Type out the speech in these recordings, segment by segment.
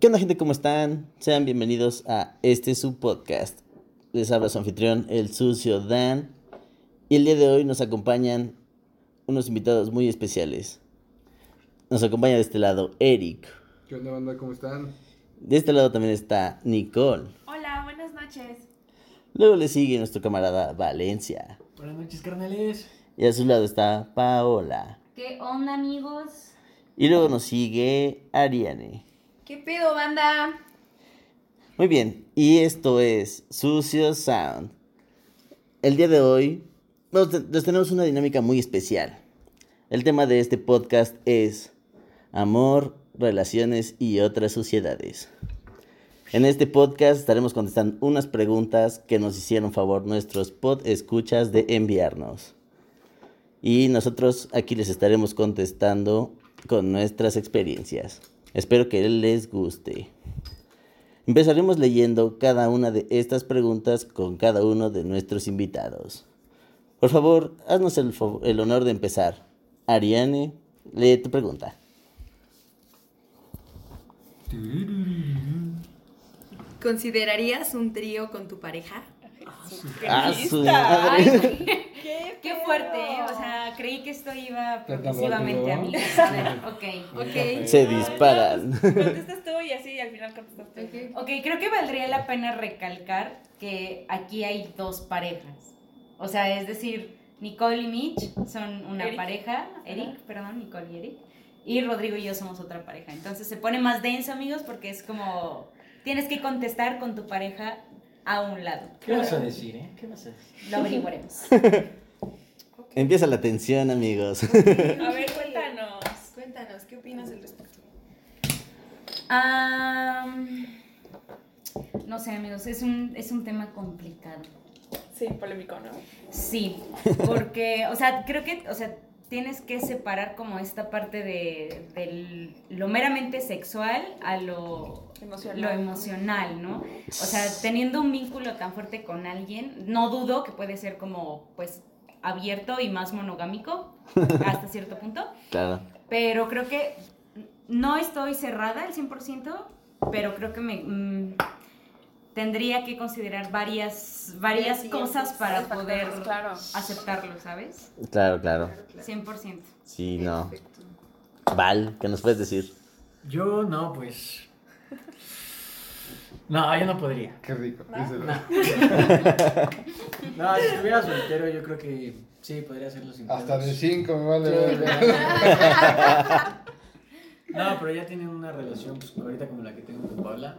¿Qué onda gente? ¿Cómo están? Sean bienvenidos a este su podcast. Les habla su anfitrión, el sucio Dan. Y el día de hoy nos acompañan unos invitados muy especiales. Nos acompaña de este lado Eric. ¿Qué onda, banda? ¿Cómo están? De este lado también está Nicole. Hola, buenas noches. Luego le sigue nuestro camarada Valencia. Buenas noches, carnales. Y a su lado está Paola. ¿Qué onda, amigos? Y luego nos sigue Ariane. ¿Qué pedo, banda? Muy bien, y esto es Sucio Sound. El día de hoy nos, nos tenemos una dinámica muy especial. El tema de este podcast es amor, relaciones y otras sociedades. En este podcast estaremos contestando unas preguntas que nos hicieron favor nuestros pod escuchas de enviarnos. Y nosotros aquí les estaremos contestando con nuestras experiencias. Espero que les guste. Empezaremos leyendo cada una de estas preguntas con cada uno de nuestros invitados. Por favor, haznos el, fav- el honor de empezar. Ariane, lee tu pregunta. ¿Considerarías un trío con tu pareja? ¡Ah, su Ay, madre! güey, ¿Qué, Qué fuerte, ¿eh? o sea, creí que esto iba tan progresivamente a mí. rápido. A ver, ok, ok. Se disparan. Contestas tú y así al final contestas tú. Ok, creo que valdría la pena recalcar que aquí hay dos parejas. O sea, es decir, Nicole y Mitch son una Eric. pareja, Eric, perdón, Nicole y Eric, y Rodrigo y yo somos otra pareja. Entonces se pone más denso, amigos, porque es como tienes que contestar con tu pareja a un lado. ¿Qué vas a decir, eh? ¿Qué vas a decir? Lo averiguaremos. Empieza la tensión, amigos. A ver, cuéntanos. Cuéntanos, ¿qué opinas al respecto? Am, no sé, amigos, es un, es un tema complicado. Sí, polémico, ¿no? Sí, porque, o sea, creo que, o sea, tienes que separar como esta parte de, del- lo meramente sexual a lo, Emocional. lo emocional, ¿no? O sea, teniendo un vínculo tan fuerte con alguien, no dudo que puede ser como, pues, abierto y más monogámico hasta cierto punto, Claro. pero creo que no estoy cerrada al 100%, pero creo que me... mm, Tendría que considerar varias, varias Sí, cosas sí, para sí, poder Claro. aceptarlo, ¿sabes? Claro, claro. 100%. Sí, no. Val, ¿qué nos puedes decir? Yo no, pues. No, yo no podría. Qué rico. ¿No? díselo. No, si estuviera soltero, yo creo que sí, podría hacerlo sin Hasta de pedos. 5 me vale. Sí. verga. No, pero ya tienen una relación, pues ahorita como la que tengo con Paula.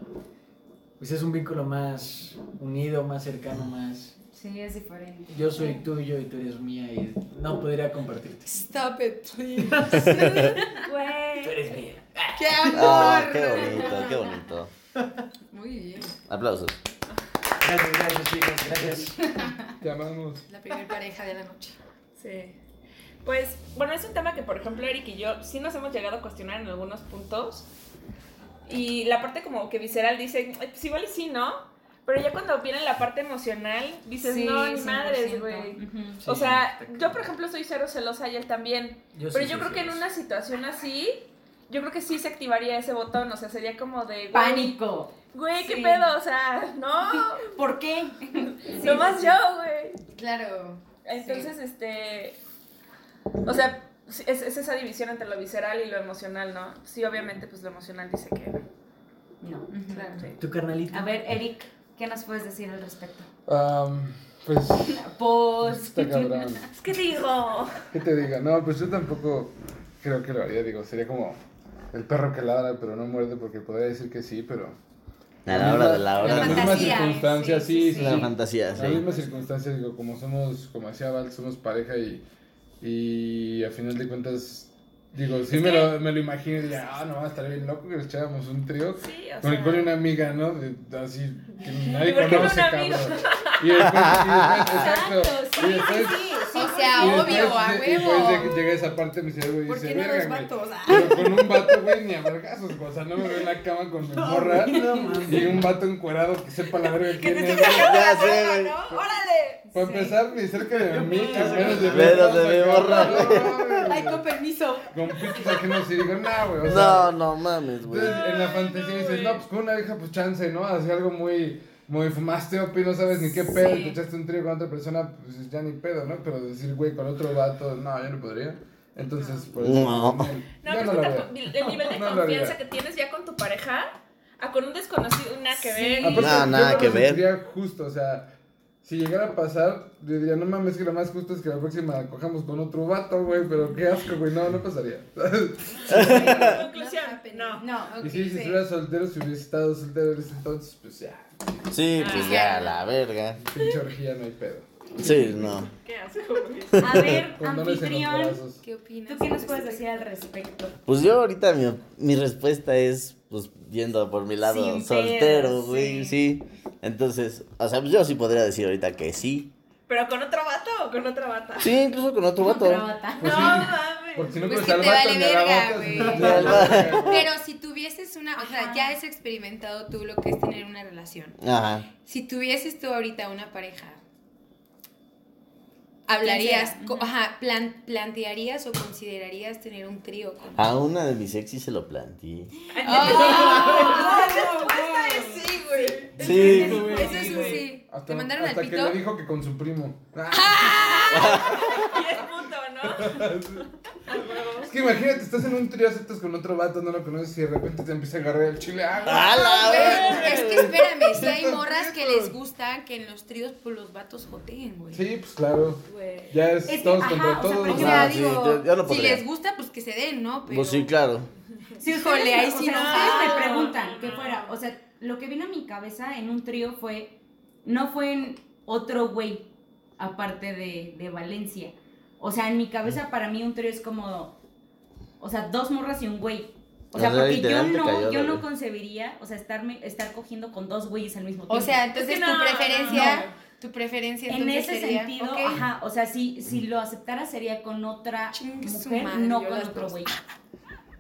Pues es un vínculo más unido, más cercano, más. Sí, es diferente. Yo soy tuyo y tú eres mía y no podría compartirte. Stop it, please. Tú eres mía. ¡Qué Ah, amor! qué bonito, qué bonito. Muy bien. Aplausos. Gracias, gracias, chicos, gracias. Te amamos. La primera pareja de la noche. Sí. Pues, bueno, es un tema que, por ejemplo, Eric y yo sí nos hemos llegado a cuestionar en algunos puntos. Y la parte como que visceral dice, "Ay, pues igual y sí, ¿no? Pero ya cuando viene la parte emocional, dices, no, ni madres, güey. o Sí, sea, está cabrón. yo, por ejemplo, soy cero celosa y él también. Pero sí yo soy creo que en celoso. una situación así, yo creo que sí se activaría ese botón, o sea, sería como de... güey, Pánico. Güey, qué Sí. pedo, o sea, no, ¿Por qué? nomás yo, güey. Claro. Entonces, este, o sea, sí, es, es esa división entre lo visceral y lo emocional, ¿no? Sí, obviamente, pues lo emocional dice que... No. Claro. Tu carnalito. A ver, Eric, ¿qué nos puedes decir al respecto? Am, pues, Pues... está cabrón. Es que digo... ¿Qué te diga? No, pues yo tampoco creo que lo haría. Digo, sería como el perro que ladra pero no muerde porque podría decir que sí, pero... A la hora de la hora. En las de mismas fantasía, circunstancias, sí, sí, sí, sí. sí. La fantasía, En las sí. mismas circunstancias, digo, como somos, como decía Val, somos pareja y, y a final de cuentas, digo, sí me, lo, me lo imagino y diría, ah, no, estaría bien loco que nos echáramos un trío Sí, o con el sea... cual una amiga, ¿no? De- así, que nadie ¿Y por qué no conoce, un cabrón. Y amigo? después, y después- exacto. Y después, O Ah, sea, y después obvio, a lle- y después huevo. lleg- llega esa parte de mi cerebro y ¿Por dice, qué no dos verga, güey. vatos? Ah, Pero con un vato, güey, ni a vergazos, o sea, no me veo en la cama con mi morra No, mames. y un vato encuerado que sepa la verga quién es, güey. Ya sé, güey. ¿no? ¡Órale! Para empezar, ni cerca de mí, Sí. al menos de Menos de mi mi morra, No, no, no, Ay, con permiso. Con pinches ajenos y digo, no, güey. o sea, No, no mames, güey. Entonces, en la fantasía dices, no, pues con una vieja, pues chance, ¿no? Hacía algo muy, muy fumaste opi, no sabes ni qué pedo, Sí. te echaste un trío con otra persona, pues ya ni pedo, ¿no? Pero decir, güey, con otro vato, no, yo no podría. Entonces, por eso. No. No, pues, yo pero no es lo que veo. tampoco- el nivel de No lo confianza haría. que tienes ya con tu pareja, a con un desconocido, nada que Sí. ver. Aparte, Nada, yo nada no que lo ver. sentiría justo, o sea, si llegara a pasar, yo diría, no mames, que lo más justo es que la próxima cojamos con otro vato, güey, pero qué asco, güey, no, no pasaría. Conclusión, no. No, y si, si estuviera soltero, si hubiese estado soltero en ese entonces, pues ya, Sí, Ah. pues ya, la verga. pinche orgía, no hay pedo. Sí, no. Qué asco, güey. a ver, Condones en los anfitrión, brazos. ¿Qué opinas? ¿tú qué nos puedes decir al respecto? Pues yo ahorita mi, mi respuesta es, pues yendo por mi lado Sin soltero, pedos, güey, sí. sí. Entonces, o sea, pues yo sí podría decir ahorita que sí. ¿Pero con otro vato o con otra bata? Sí, incluso con otro vato. Otra Ah, bata. Pues no sí. Porque mames. si no Pues pues que al te vato vale ni a la verga, boca, güey. si no te Ni al vale verga. Pero si tuvieses una, o sea, Ajá. ya has experimentado tú lo que es tener una relación. Ajá. Si tuvieses tú ahorita una pareja, hablarías, Sincera, co- ujú. ajá, plan- plantearías o considerarías tener un trío con. A una de mis exes se lo planteé. Ay, sí, güey. Sí. Eso es un sí. Hasta, Te mandaron al hasta que pito. le dijo que con su primo. Ah, Y es punto, ¿no? A huevo. Es que imagínate, estás en un trío, aceptas con otro vato, no lo conoces y de repente te empieza a agarrar el chile. Ah, güey. ¡A la verga! Es que espérame, si hay Estás morras que lejos. les gusta que en los tríos pues, los vatos joteen, güey. Sí, pues claro. Güey. Ya es, Es que, todos ajá, contra o sea, por todos. O No, sea, sí, digo, yo- yo no si podría. les gusta, pues que se den, ¿no? Pero... Pues sí, claro. Si Híjole, ustedes- ahí o sí sea, no. ustedes Ah. me preguntan que fuera, o sea, lo que vino a mi cabeza en un trío fue, no fue en otro güey, aparte de, de Valencia. O sea, en mi cabeza para mí un trío es como, o sea, dos morras y un güey. O sea, O sea, porque yo literal te cayó no, yo la no güey. concebiría, o sea, estarme, estar cogiendo con dos güeyes al mismo tiempo. O sea, Es que entonces no, tu preferencia, no, no. tu preferencia en entonces ese sería, sentido, ok. ajá, o sea, si, si lo aceptara sería con otra Chingue su mujer, madre, no yo con las otro dos. Ah, güey.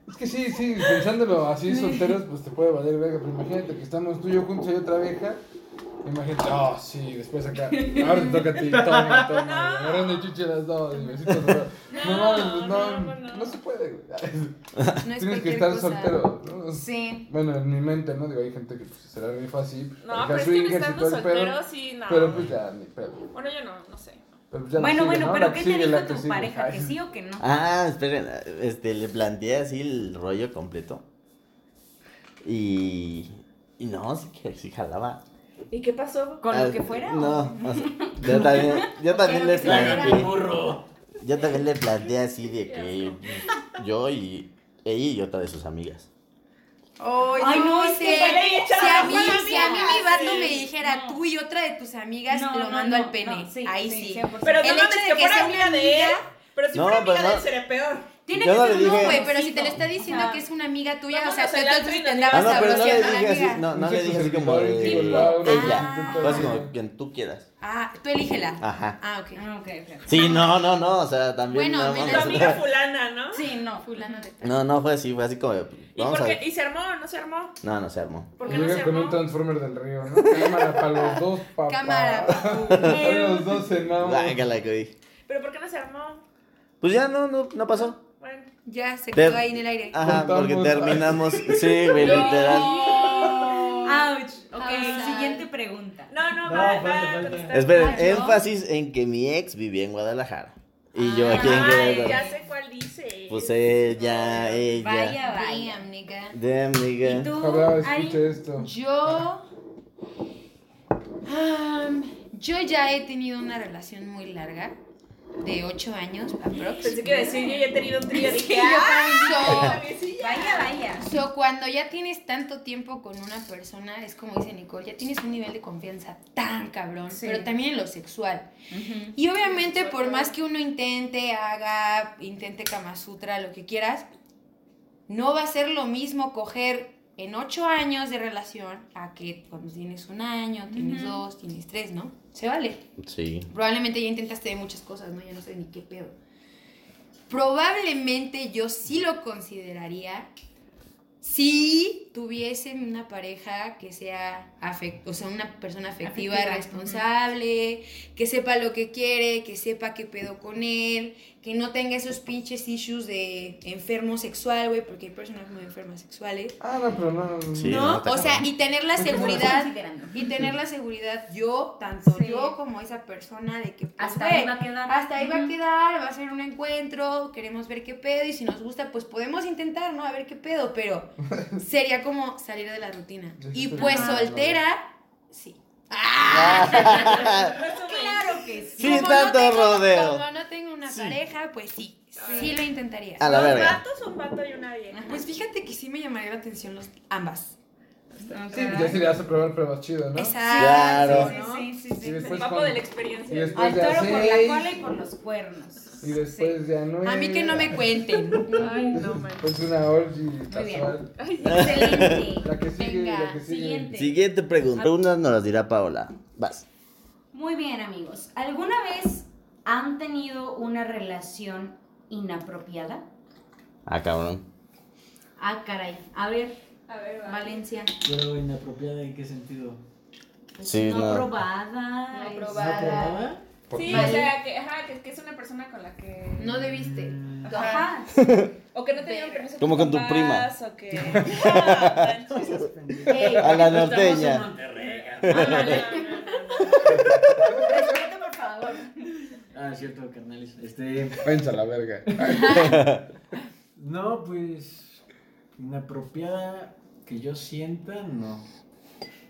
Es que sí, sí, pensándolo así solteros, pues te puede valer verga. Pero imagínate que estamos tú y yo juntos y otra vieja. Imagínate, oh, sí, después acá. Ahora te toca a ti, toma, toma. Agarrando el chiche las dos. y besitos, bro. No, mames, pues, no, no, no, no. se puede, güey. No es Tienes que cualquier estar cosa. soltero. ¿no? Sí. Bueno, en mi mente, ¿no? Digo, hay gente que pues, se la rifa así. Pues, No, acá pero es swingers que y todo estando el soltero, sí, no. Pero pues ya, ni pedo. Bueno, yo no, no sé. Pero, pues, ya la Bueno, sigue, bueno, ¿no? pero La ¿qué que te sigue, dijo la que tu sigue. pareja? Ay, ¿Que sí o que no? Ah, esperen, este, le planteé así el rollo completo. Y. Y no, sí que sí jalaba. ¿Y qué pasó? ¿Con Ah, lo que fuera? o- No, o sea, yo también, yo también le La gana el planteé. burro. Yo también le planteé así de que yo y ella y otra de sus amigas. Ay, Ay, no, no, es sé. que para si a mí, echarla, si a mí mi vato sí, me dijera no. tú y otra de tus amigas, No, lo no, mando no, al pene. no, sí, Ahí sí, sí. 100%. Pero El no hecho mames de que que fuera sea una amiga de él. amiga- Pero si No, fuera amiga pero de no. él sería peor. Yo Tiene no que le ser no, dije- güey, pero si te lo está diciendo Ajá. que es una amiga tuya, o sea, Vámonos tú al entonces antro y te nos Ah, andabas no, pero no le sabroseando a dije la así, amiga. no, no Un le sexo dije así como servidor, de tipo, la- ella. Ah. Pues como quien tú quieras. Ah, tú elígela. Ajá. Ah, ok. Ah, ok, ok. Sí, no, no, no, o sea, también. Bueno, no, me mames, Tu la- o sea, amiga fulana, ¿no? Sí, no. Fulano de tal. no, no fue así, fue así como. de, ¿Y, Vamos por a qué? ver. ¿Y se armó o no se armó? No, no se armó. ¿Por Y qué no se Llega con armó? un Transformer del río, ¿no? Cámara para los dos, papá. Cámara, Para los dos se maman. Guácala, que dije. ¿Pero por qué no se armó? Pues ya no, no, no pasó. Bueno. Ya se Ter- quedó ahí en el aire. Ajá, porque Contamos. terminamos. Sí, güey, literal. Ouch. Ok, Ouch. siguiente pregunta. No, no, No, va, falta, va a falta. contestar. Esperen, Ay, no. énfasis en que mi ex vivía en Guadalajara. Y Ah, yo aquí en Ay, Guadalajara. ya sé cuál dice. Pues ella, ella. Vaya, vaya. Damn, nigga. De ¿Y amiga. tú, Ojalá Ari? escuche esto. Yo. am, yo ya he tenido una relación muy larga, de 8 años, aprox. Pensé que iba a decir, yo ya he tenido un trío. Dije, Ah, ¡ay, sí, ya! Vaya, vaya. so, so, cuando ya tienes tanto tiempo con una persona, es como dice Nicole, ya tienes un nivel de confianza tan cabrón, Sí. pero también en lo sexual. Y obviamente, por más que uno intente, haga, intente Kama Sutra, lo que quieras, no va a ser lo mismo coger en ocho años de relación a que cuando tienes un año, tienes Ujú. dos, tienes tres, ¿no? Se vale. Sí. Probablemente ya intentaste muchas cosas, ¿no? Ya no sé ni qué pedo. Probablemente yo sí lo consideraría si tuviesen una pareja que sea afect o sea, una persona afectiva, Afectiva, responsable, que sepa lo que quiere, que sepa qué pedo con él, que no tenga esos pinches issues de enfermo sexual, güey, porque hay personas muy enfermas sexuales. Ah, no, pero no. no, no. Sí. ¿No? está O sea, y tener la seguridad Considerando. y tener la seguridad yo, tanto Sí. yo como esa persona de que pues, Hasta güey, ahí va a quedar. hasta ahí va a Ujú. quedar, va a ser un encuentro, queremos ver qué pedo y si nos gusta pues podemos intentar, ¿no? A ver qué pedo, pero sería como salir de la rutina. Sí, sí, Y sí. pues Ajá. soltera, sí. Pues Claro que Ah, sí. Sin Como tanto tengo- rodeo. Como no tengo una Sí. pareja, pues sí, sí lo intentaría. A la ¿Dos verga. vatos, un vato y una vieja? Pues fíjate que sí me llamaría la atención los ambas. Sí, ya sí le vas a probar pruebas chido, ¿no? Claro. Ah, sí, sí, Sí, sí, sí. sí, sí. Y después Papo con- de la experiencia. y después- Al de a toro por la Pues seis. cola y por los cuernos. Y después ya no. A mí que no me cuenten. Ay, no, man. Pues una orgy casual. Ay, Sí. Excelente. La que sigue, la Venga, que sigue. siguiente. Siguiente pregunta. Pregunta nos las dirá Paola. Vas. Muy bien, amigos. ¿Alguna vez han tenido una relación inapropiada? Ah, cabrón. Ah, caray. A ver, A ver, va. Valencia. Pero inapropiada en qué sentido. Pues Sí, no, no. probada. No es- probada. ¿Aprobada? Sí, o Vale. sea, que, ajá, que, que es una persona con la que... No debiste. Mm, Ajá. O que no te dieron permiso Como tus con tu papás, prima. O que... Ah, manches. Ey, A la Estamos en norteña. Monterrey. Ándale. respete, por favor. Ah, cierto, carnales. Este. Pensa la verga. No, pues. Inapropiada que yo sienta, no.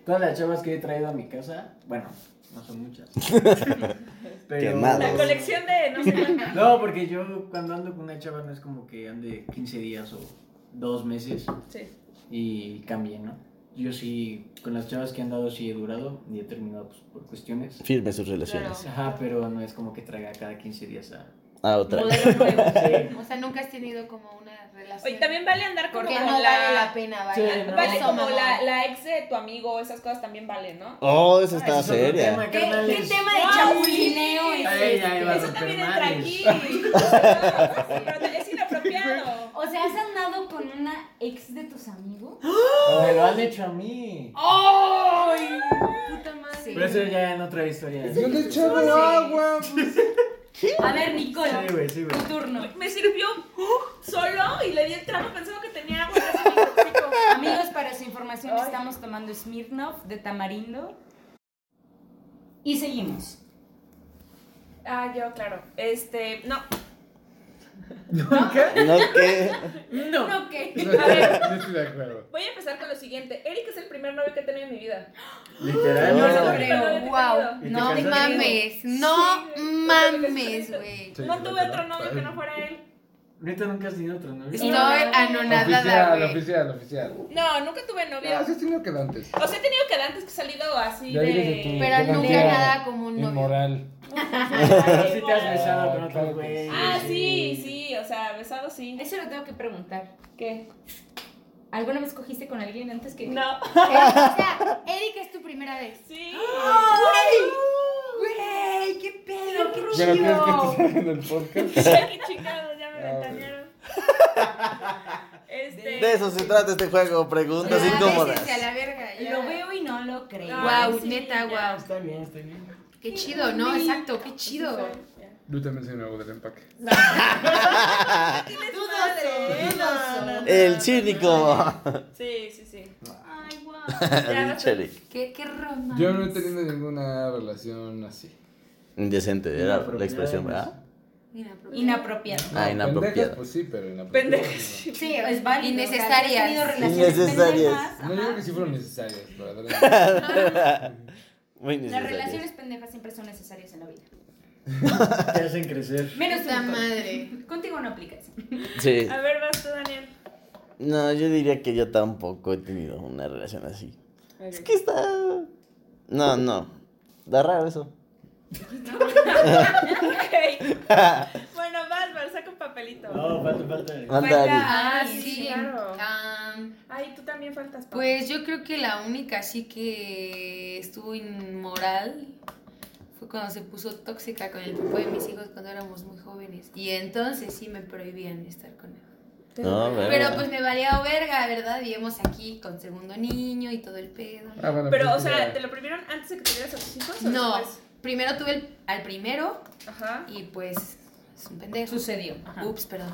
Todas las chavas que he traído a mi casa, bueno, no son muchas. Pero- Quemados. La colección de... No sé cuántas. No, porque yo cuando ando con una chava no es como que ande 15 días o dos meses Sí. y cambie, ¿no? Yo sí, con las chavas que he andado sí he durado y he terminado pues, por cuestiones. Firme sus relaciones. Ajá, pero no es como que traiga cada 15 días a... A otra. Modelo nuevo. O sea, nunca has tenido como una relación. Oye, también vale andar como Porque con no la... vale la pena, vaya. Sí, no. Vale Eso, como mamá. la, la ex de tu amigo, esas cosas también valen, ¿no? Oh, esa Ah, está ese es otro seria. ¿Qué, qué carnales. tema de Wow, chapulineo sí. es Ay, ay, este? vas Eso a también entra aquí. permanes. Pero es inapropiado. O sea, ¿has andado con una ex de tus amigos? Me lo han hecho a mí. ¡Ay! Puta madre. Sí. Pero eso ya en otra historia. Yo le he echado agua. pues. A ver, Nicola, Sí, güey, sí, güey. tu turno. Me sirvió solo y le di el trago pensando que tenía agua. casi me lo pico. Amigos, para su información Ay. estamos tomando Smirnoff de tamarindo. Y seguimos. Ah, yo, claro. Este, no. No, que. No. ¿qué? No estoy de acuerdo. Voy a empezar con lo siguiente. Eric es el primer novio que he tenido en mi vida. Literal. No, Es el no, primer novio que he tenido. Wow. ¿Y te No casaste? mames. No Sí, güey. mames, güey. Sí, No sí, tuve sí, otro sí. novio que no fuera él. Neta nunca has tenido otro novio. Estoy anonadada, Oficial, güey. oficial, oficial. No, nunca tuve novio. No, sí has tenido que antes. O sea, he tenido quedantes que he salido así Ya digas de tu- de. Pero Yo nunca también. nada como un novio. Inmoral. Pero sí te has besado con Claro otro que güey. Ah, sí, sí. O sea, besado sí. Eso lo tengo que preguntar. ¿Qué? ¿Alguna vez cogiste con alguien antes que No. Eh, O sea, Eric es tu primera vez. Sí. Güey, qué pedo, qué ¿Ya no crees que estás haciendo el podcast? Ya, qué chingados, ya me Ah, ventanearon. Este. De eso se trata este juego. Preguntas Ya, incómodas. bésese este, a la verga. ya. Lo veo y no lo creo. Ay, Guau, sí, neta, ya. guau. Ah, Está bien, está bien. Qué chido, ¿no? Exacto, qué chido. Yo también soy nuevo del empaque. El cínico. Sí, sí, sí. Ay, guau. Ya, El chelic. Qué, qué romántico. Yo no he tenido ninguna relación así. Indecente, era la expresión, ¿verdad? Inapropiado. Ah, No, inapropiada. pendejas, Pues sí, pero inapropiada. Pendejas. sí. Sí, es válido. Innecesarias. O sea, he tenido relaciones Innecesarias. pendejas, No, yo ajá. creo que sí fueron necesarias. Para darle- Muy Las necesaria. relaciones pendejas siempre son necesarias en la vida. Te hacen crecer. Menos Puta tú, Nicole. madre. Contigo no aplicas. Sí. A ver, vas tú, Daniel. No, yo diría que yo tampoco he tenido una relación así. Es que está. No, no. Da raro eso. Ok. Bueno, vas, vas, saca un papelito. No, falta, falta. Anda, Ari. Ah, Sí, sí. claro. Am, Ay, tú también faltas. pa. pues yo creo que la única así que estuvo inmoral fue cuando se puso tóxica con el papá de mis hijos cuando éramos muy jóvenes. Y entonces sí me prohibían estar con él. No, verga. Pero pues me valía o verga, ¿verdad? Vivimos aquí con segundo niño y todo el pedo. Ah, bueno, Pero, o pues, sea, ya. ¿te lo prohibieron antes de que tuvieras a tus hijos? o No, después? primero tuve el- al primero Ajá. y pues es un pendejo. Sucedió. ajá. Ups, perdón.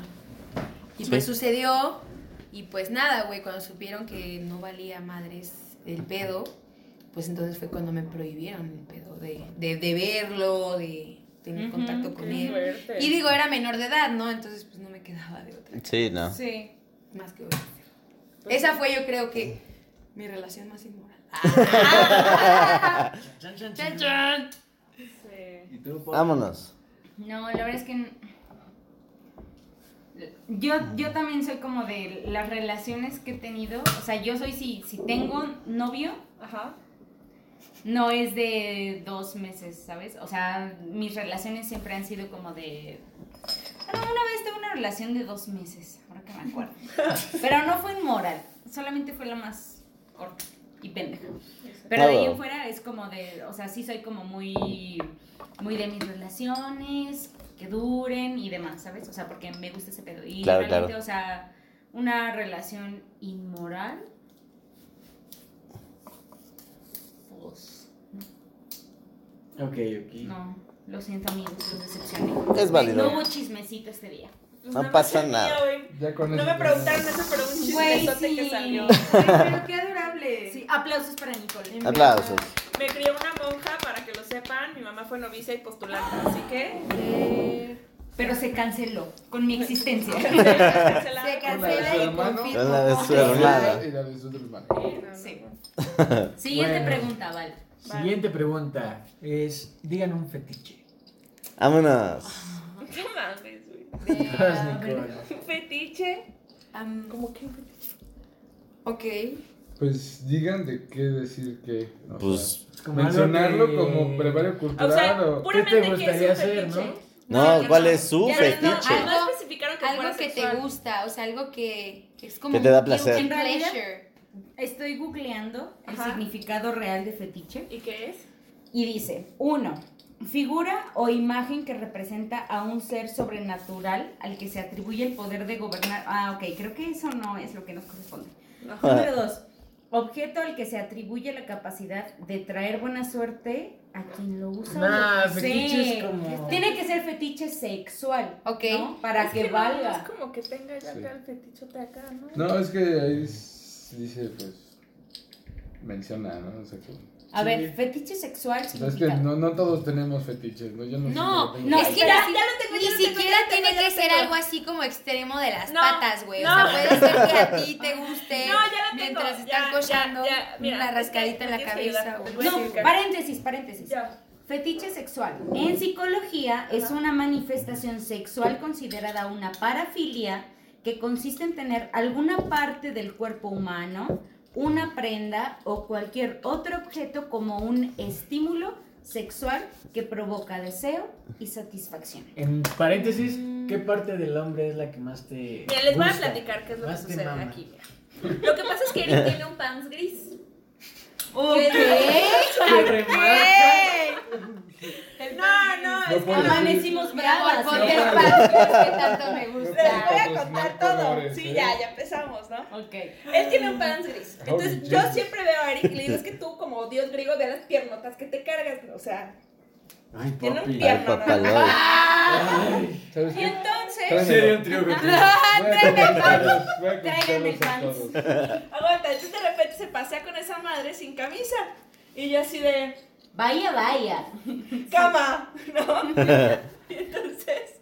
Y Ah. Sí. pues sucedió y pues nada, güey, cuando supieron que no valía madres el pedo, pues entonces fue cuando me prohibieron el pedo de, de, de verlo, de tener Ujú, contacto con Qué él. fuerte. Y digo, era menor de edad, ¿no? Entonces pues no me quedaba de otra. Sí, Pues no. Sí. Más que otra. Esa fue yo creo que mi relación más inmoral. Chan, chan, Chan, chan. chan. Sí. ¿Y tú, Pau? Vámonos. No, la verdad es que. n- Yo, yo también soy como de las relaciones que he tenido. O sea, yo soy si, si tengo novio, Ajá. no es de dos meses, ¿sabes? O sea, mis relaciones siempre han sido como de. Ah, No, una vez tuve una relación de dos meses, ahora que me acuerdo. Pero no fue inmoral, solamente fue la más corta y pendeja. Pero de ahí Ah, bueno. en fuera es como de, o sea, sí soy como muy, muy de mis relaciones, que duren y demás, ¿sabes? O sea, porque me gusta ese pedo. Y Claro, realmente, claro. o sea, una relación inmoral. Pues, Ok, ok. no, lo siento amigos, los decepcioné. Es válido. No hubo chismecito este día. Pues No nada pasa más el nada. mío, güey. Ya con No eso me preguntaron eso, pero un Güey, chismesote sí. que salió. Ay, pero qué adorable. Sí, aplausos para Nicole. Aplausos. Me crió una monja, para que lo sepan. Mi mamá fue novicia y postulante, así que. Pero se canceló con mi existencia. Se Se Una de cancela su y hermano. confirmo. Una de su Y la hermana. de- Y la de su otro hermano. Sí. Siguiente Siguiente pregunta, pregunta, Val. Siguiente pregunta es, digan un fetiche. Vámonos. ¿Qué mames, güey? Vas, Nicole. ¿Un fetiche? Am, ¿Cómo que un fetiche? ok. Pues digan de qué decir qué. o sea, Pues. Como algo mencionarlo que- como prevario O cultural sea, pues, o. puramente que gustaría es un hacer, fetiche. no? No, ya ¿cuál es su Ya fetiche? no, No, algo- no especificaron que fuera Algo que te sexual. gusta, o sea, algo que que es como Que te da un placer. En guilty realidad- pleasure. Estoy googleando el Ajá. significado real de fetiche ¿Y qué es? y dice, uno, figura o imagen que representa a un ser sobrenatural al que se atribuye el poder de gobernar. Ah, ok, creo que eso no es lo que nos corresponde. Ajá. Ah. Número dos, objeto al que se atribuye la capacidad de traer buena suerte a quien lo usa. o lo Nah, posee. fetiche es como... Tiene que ser fetiche sexual, Ok. ¿no? Para Es que, no, valga. Es como que tenga ya Sí. acá el fetichote acá, ¿no? No, es que ahí s- dice, pues. Menciona, ¿no? O sea, que. A Sí. ver, fetiche sexual o sea, es significa... que no, no todos tenemos fetiches, ¿no? Yo no sé No, si yo no, tengo. es que Espera, ni, ya lo tengo, ni ya lo tengo, siquiera ya lo tengo, tiene ya que lo ser tengo. algo así como extremo de las No, patas, güey. no. O sea, puede ser que a ti te guste No, ya la tengo. mientras ya, estás cochando ya, ya, mira, una es que rascadita me en la tienes que cabeza. ayudar, güey. voy a No, explicar. paréntesis, paréntesis. Ya. Fetiche sexual. En psicología es Ajá. una manifestación sexual considerada una parafilia que consiste en tener alguna parte del cuerpo humano, una prenda o cualquier otro objeto como un estímulo sexual que provoca deseo y satisfacción. En paréntesis, ¿qué parte del hombre es la que más te Mira, les voy a gusta? platicar qué es lo que Más te sucede mama? aquí. mira. Lo que pasa es que Eric tiene un pants gris. Te remarca. No, no, es No que puedo Amanecimos Mi amor, bravas. ponte ¿eh? el pants, que tanto me les voy gusta. a contar Patrocinar todo. colores, Sí, ¿eh? ya, ya empezamos, ¿no? Ok. Él tiene un pants gris. Oh, Entonces yo Jesus. siempre veo a Eric y le digo, es que tú como dios griego de las piernotas que te cargas, o sea, Ay, tiene un papi. pie. Ay, papaloy. Ay, ¿Sabes y qué? entonces, Tráeme- Sería un trío contigo. Voy a contarlos, voy a Tráigame contarlos a fans. todos. aguanta, entonces de repente se pasea con esa madre sin camisa. Y yo así de, Vaya, vaya. cama, ¿no? Y entonces,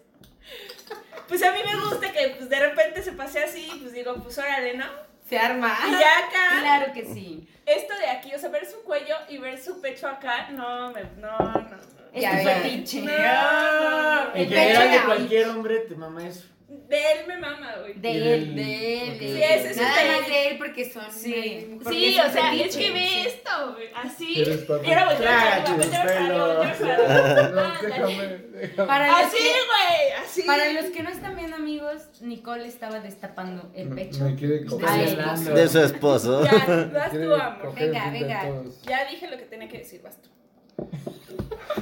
pues a mí me gusta que pues, de repente se pasea así, pues digo, pues órale, ¿no? Se arma. Y ya acá, Claro que sí. esto de aquí, o sea, ver su cuello y ver su pecho acá, no, me, no, no, no. Es Ya un ves. fetiche. No. En El general, pecho de de cualquier hombre, te mama eso. De él me mama, güey. De él. De él, Sí, ese es un Nada fetiche. más de él porque son. Sí. porque Sí, son o sea, fetiches. es que ve esto, güey, así. Eres papi. Y ahora volteo a Claro, volteo a pelo. No, déjame, déjame. Para los, Así, que, güey, así. para los que no están viendo, amigos, Nicole estaba destapando el Me- pecho. Me quiere coger. Estás Ay, hablando. De su esposo. Ya, Me vas quiere tú, amor. coger Venga, frente a venga. todos. Ya dije lo que tenía que decir, vas tú.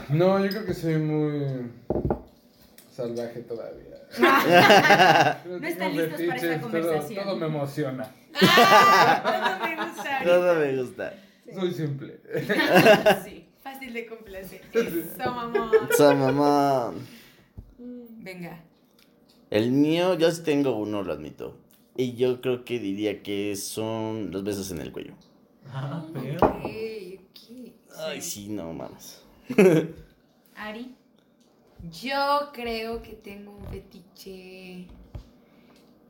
No, yo creo que soy muy. O sea, salvaje todavía. No están listos para esta Fetiches, todo- conversación. Todo, me emociona. Todo me gusta. Soy simple. Sí, fácil de complacer. Eso, mamón. So, mamá. Venga. El mío, yo sí tengo uno, lo admito. Y yo creo que diría que son los besos en el cuello. Ah, Ok, pero. ok. Ay, sí, no mames. Ari. Yo creo que tengo un fetiche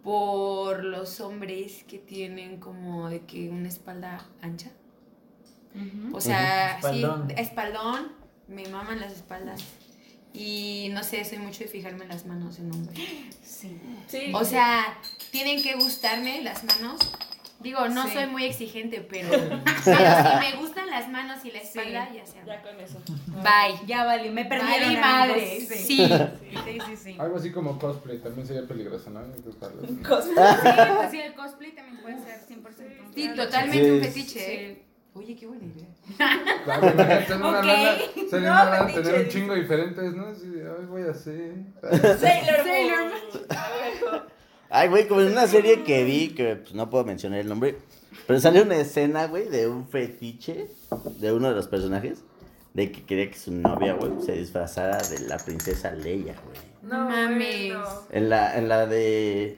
por los hombres que tienen como de que una espalda ancha. Ujú. O sea, Ujú. Espaldón. sí, espaldón, me maman las espaldas. Y no sé, soy mucho de fijarme en las manos en hombres. Sí. Sí. O sea, tienen que gustarme las manos. Digo, no Sí. soy muy exigente, pero, pero si me gustan las manos y la espalda, ya se Ya arma. con eso. Bye. Ya vale, me perdí Valí madre. Sí. Sí. Sí, sí, sí. Algo así como cosplay también sería peligroso, ¿no? Intentarlo. Cosas. pues sí, el cosplay también puede ser 100% un Sí, claro. totalmente un Sí. fetiche. ¿eh? Oye, qué buena idea. Claro, imagínate en una Ok. lana, sería una No, lana fetiche, tener un dice. chingo diferentes, ¿no? Así de, ay, voy a hacer. Sailor Moon. Sailor Ay, güey, como en una serie que vi, que pues, no puedo mencionar el nombre, pero sale una escena, güey, de un fetiche de uno de los personajes, de que quería que su novia, güey, se disfrazara de la princesa Leia, güey. No, Mames. bueno. En la, en la de...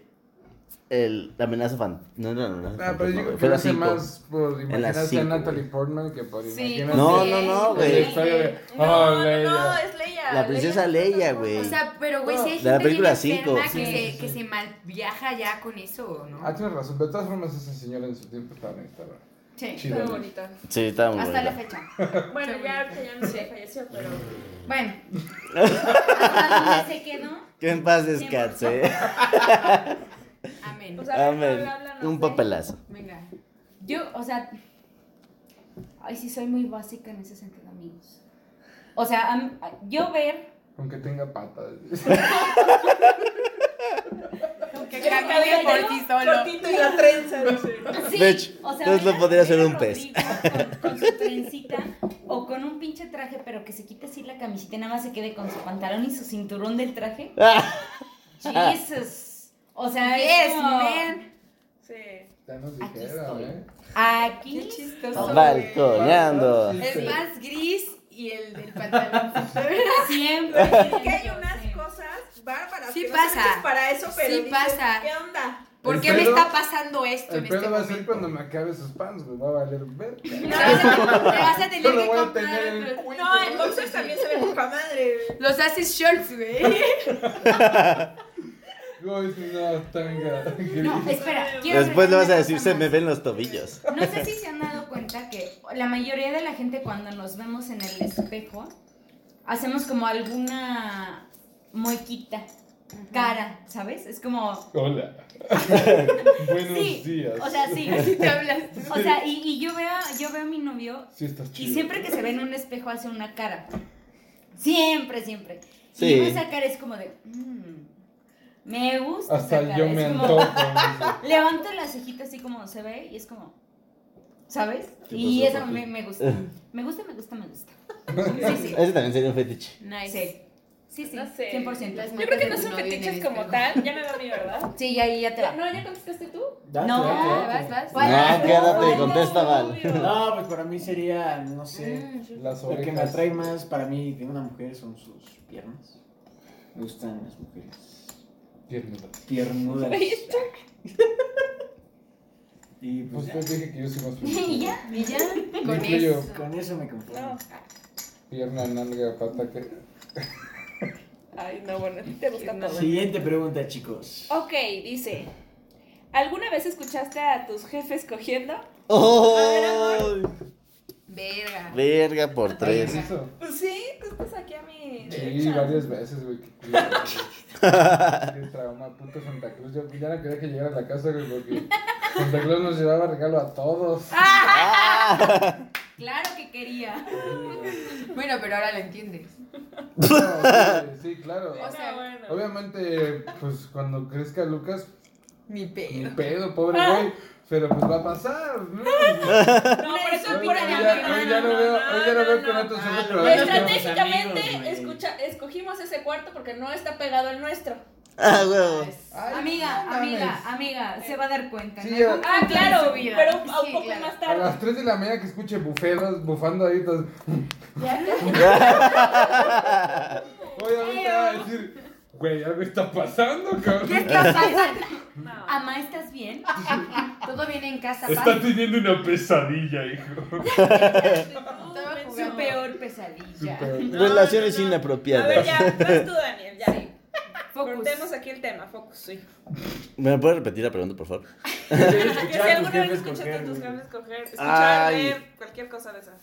El, la amenaza fan... pues No, era la amenaza Ah, fantasma, pero yo güey, creo fue que la hace cinco. más por imaginarse a cinco, Natalie güey. Portman que por Sí. imaginarse. No, no, no, La güey. historia de, No, oh, no, Leia. no, es Leia. La princesa Leia, güey. O sea, pero güey, si hay De la gente bien película enferma cinco. que, Sí, se, sí, que sí. se mal viaja ya con eso, ¿no? Ah, tienes razón, pero de todas formas esa señora en su tiempo estaba en Instagram. Sí. Chido. Muy ¿no? bonita. Sí, estaba muy Hasta la buena. fecha. Bueno, ya ahorita ya no sé, falleció, pero. Bueno. ¿Hasta dónde se quedó? Que en paz descanse. Amén. O sea, a ver, Amén. habla, habla, Ah, no Un sé. papelazo. Pues, Venga. Yo, o sea, ay, sí soy muy básica en ese sentido, amigos. O sea, a mí- a- yo ver, Con que tenga patas. Que Ese camine por cabello ti solo. Cortito y la trenza, dice. sí, De hecho, o sea, entonces ver lo a podría hacer Olivia un pez. Rodrigo Con, con su trencita o con un pinche traje, pero que se quite así la camisita y nada más se quede con su pantalón y su cinturón del traje. Jesus. O sea, es Yes, como, man. Sí. Ya nos Aquí dijeron, estoy. ¿eh? Aquí. Qué Ah, chistoso. Balconeando. Sí, El sí. más gris y el del pantalón. Siempre. Que hay unas Sí. cosas bárbaras. Sí que no pasa. son hechas para eso, pero. Sí dices, pasa. ¿Qué onda? ¿Por El qué me pedo- está pasando esto El en este pedo va a ser momento? cuando me acabe sus pants, güey. Va a valer verga. Te vas a- te vas a Yo tener lo que voy a tener en comprar. el cuello. No, el boxer también se ve poca madre. Los haces shorts, güey. Güey, si no, tanga. No, espera. quiero Después le vas a agregar una decir, cosa se me más. ven los tobillos. No sé si se han dado cuenta que la mayoría de la gente cuando nos vemos en el espejo, hacemos como alguna muequita, cara, ¿sabes? Es como... Hola. Buenos Sí, días. o sea, sí. Así te hablas. tú. O sea, y, y yo, veo, yo veo a mi novio Sí, estás chido. y siempre que se ve en un espejo hace una cara. Siempre, siempre. Sí. Y luego esa cara es como de... "Mm, me gusta. esa Hasta cara". yo Es me como- antojo. Levanto la cejita así como se ve y es como, ¿sabes? ¿Qué Y pasó, eso papi? me, me gusta. Me gusta, me gusta, me gusta. Sí, sí. Ese también sería un fetiche. Sí, Nice. sí, sí, No sé. 100%. Las Yo creo que no marcas de son tu novio en el fetiches como espejo. tal. Ya me veo a mí, ¿verdad? Sí, ya, ya te Ya- va. No, ya contestaste tú. Date, No, date, vas, date. vas. ¿Cuál Ah, es? quédate, ¿Cuál contesta, no? Val. No, pues para mí sería, no sé. Mm, Las Lo orejas. que me atrae más para mí de una mujer son sus piernas. Me gustan las mujeres Tiernito. tiernudas. Oye, está- Y pues ya, Usted dije que yo soy más Y feliz. ya. Y ya, Me con incluyo. eso. con eso me conformo. No. Pierna, nalga, pata, que. Ay, no, bueno, a ti te gusta todo. Siguiente pregunta, chicos. Ok, dice. ¿Alguna vez escuchaste a tus jefes cogiendo? ¡Oh! Verga. Verga por ¿Qué es tres. eso? Pues sí, tú estás aquí a mi Sí, derecha. varias veces, güey. Qué, qué trauma, puto Santa Cruz. Yo ya no quería que llegara a la casa, güey, porque Santa Cruz nos llevaba regalo a todos. Claro que quería. Bueno, pero ahora lo entiendes. No, sí, sí, claro. O sea, bueno. Obviamente, pues cuando crezca Lucas, Mi pedo. ni pedo, pobre güey. Pero pues va a pasar, ¿no? No, por eso Hoy por ya, allá. hoy ya lo veo, hoy ya lo veo con otros no, ojos, no, pero no, ahora- Estratégicamente Amigos, güey. escucha, escogimos ese cuarto porque no está pegado al nuestro. Ah, huevo. Ay, Amiga, no mames. amiga, amiga, se va a dar cuenta. Sí, ¿no? ya- Ah, claro, su vida. pero un Sí, poco claro. más A las tarde. 3 de la mañana que escuche buferas, bufando ahí, entonces, obviamente va a decir, güey, algo está pasando, ¿Qué cabrón. está pasando? No. Amá, ¿estás bien? Todo viene en casa, Está paz. teniendo una pesadilla, hijo. Estaba Su jugando. peor pesadilla. No, Relaciones no, no. inapropiadas. A ver, ya, vas tú, Daniel, ya. Focus. Cortemos aquí el tema, focus, sí. ¿Me puedes repetir la pregunta, por favor? Que si alguna vez escuchaste a tus jefes coger, escuchar, Ay. ver, cualquier cosa de esas.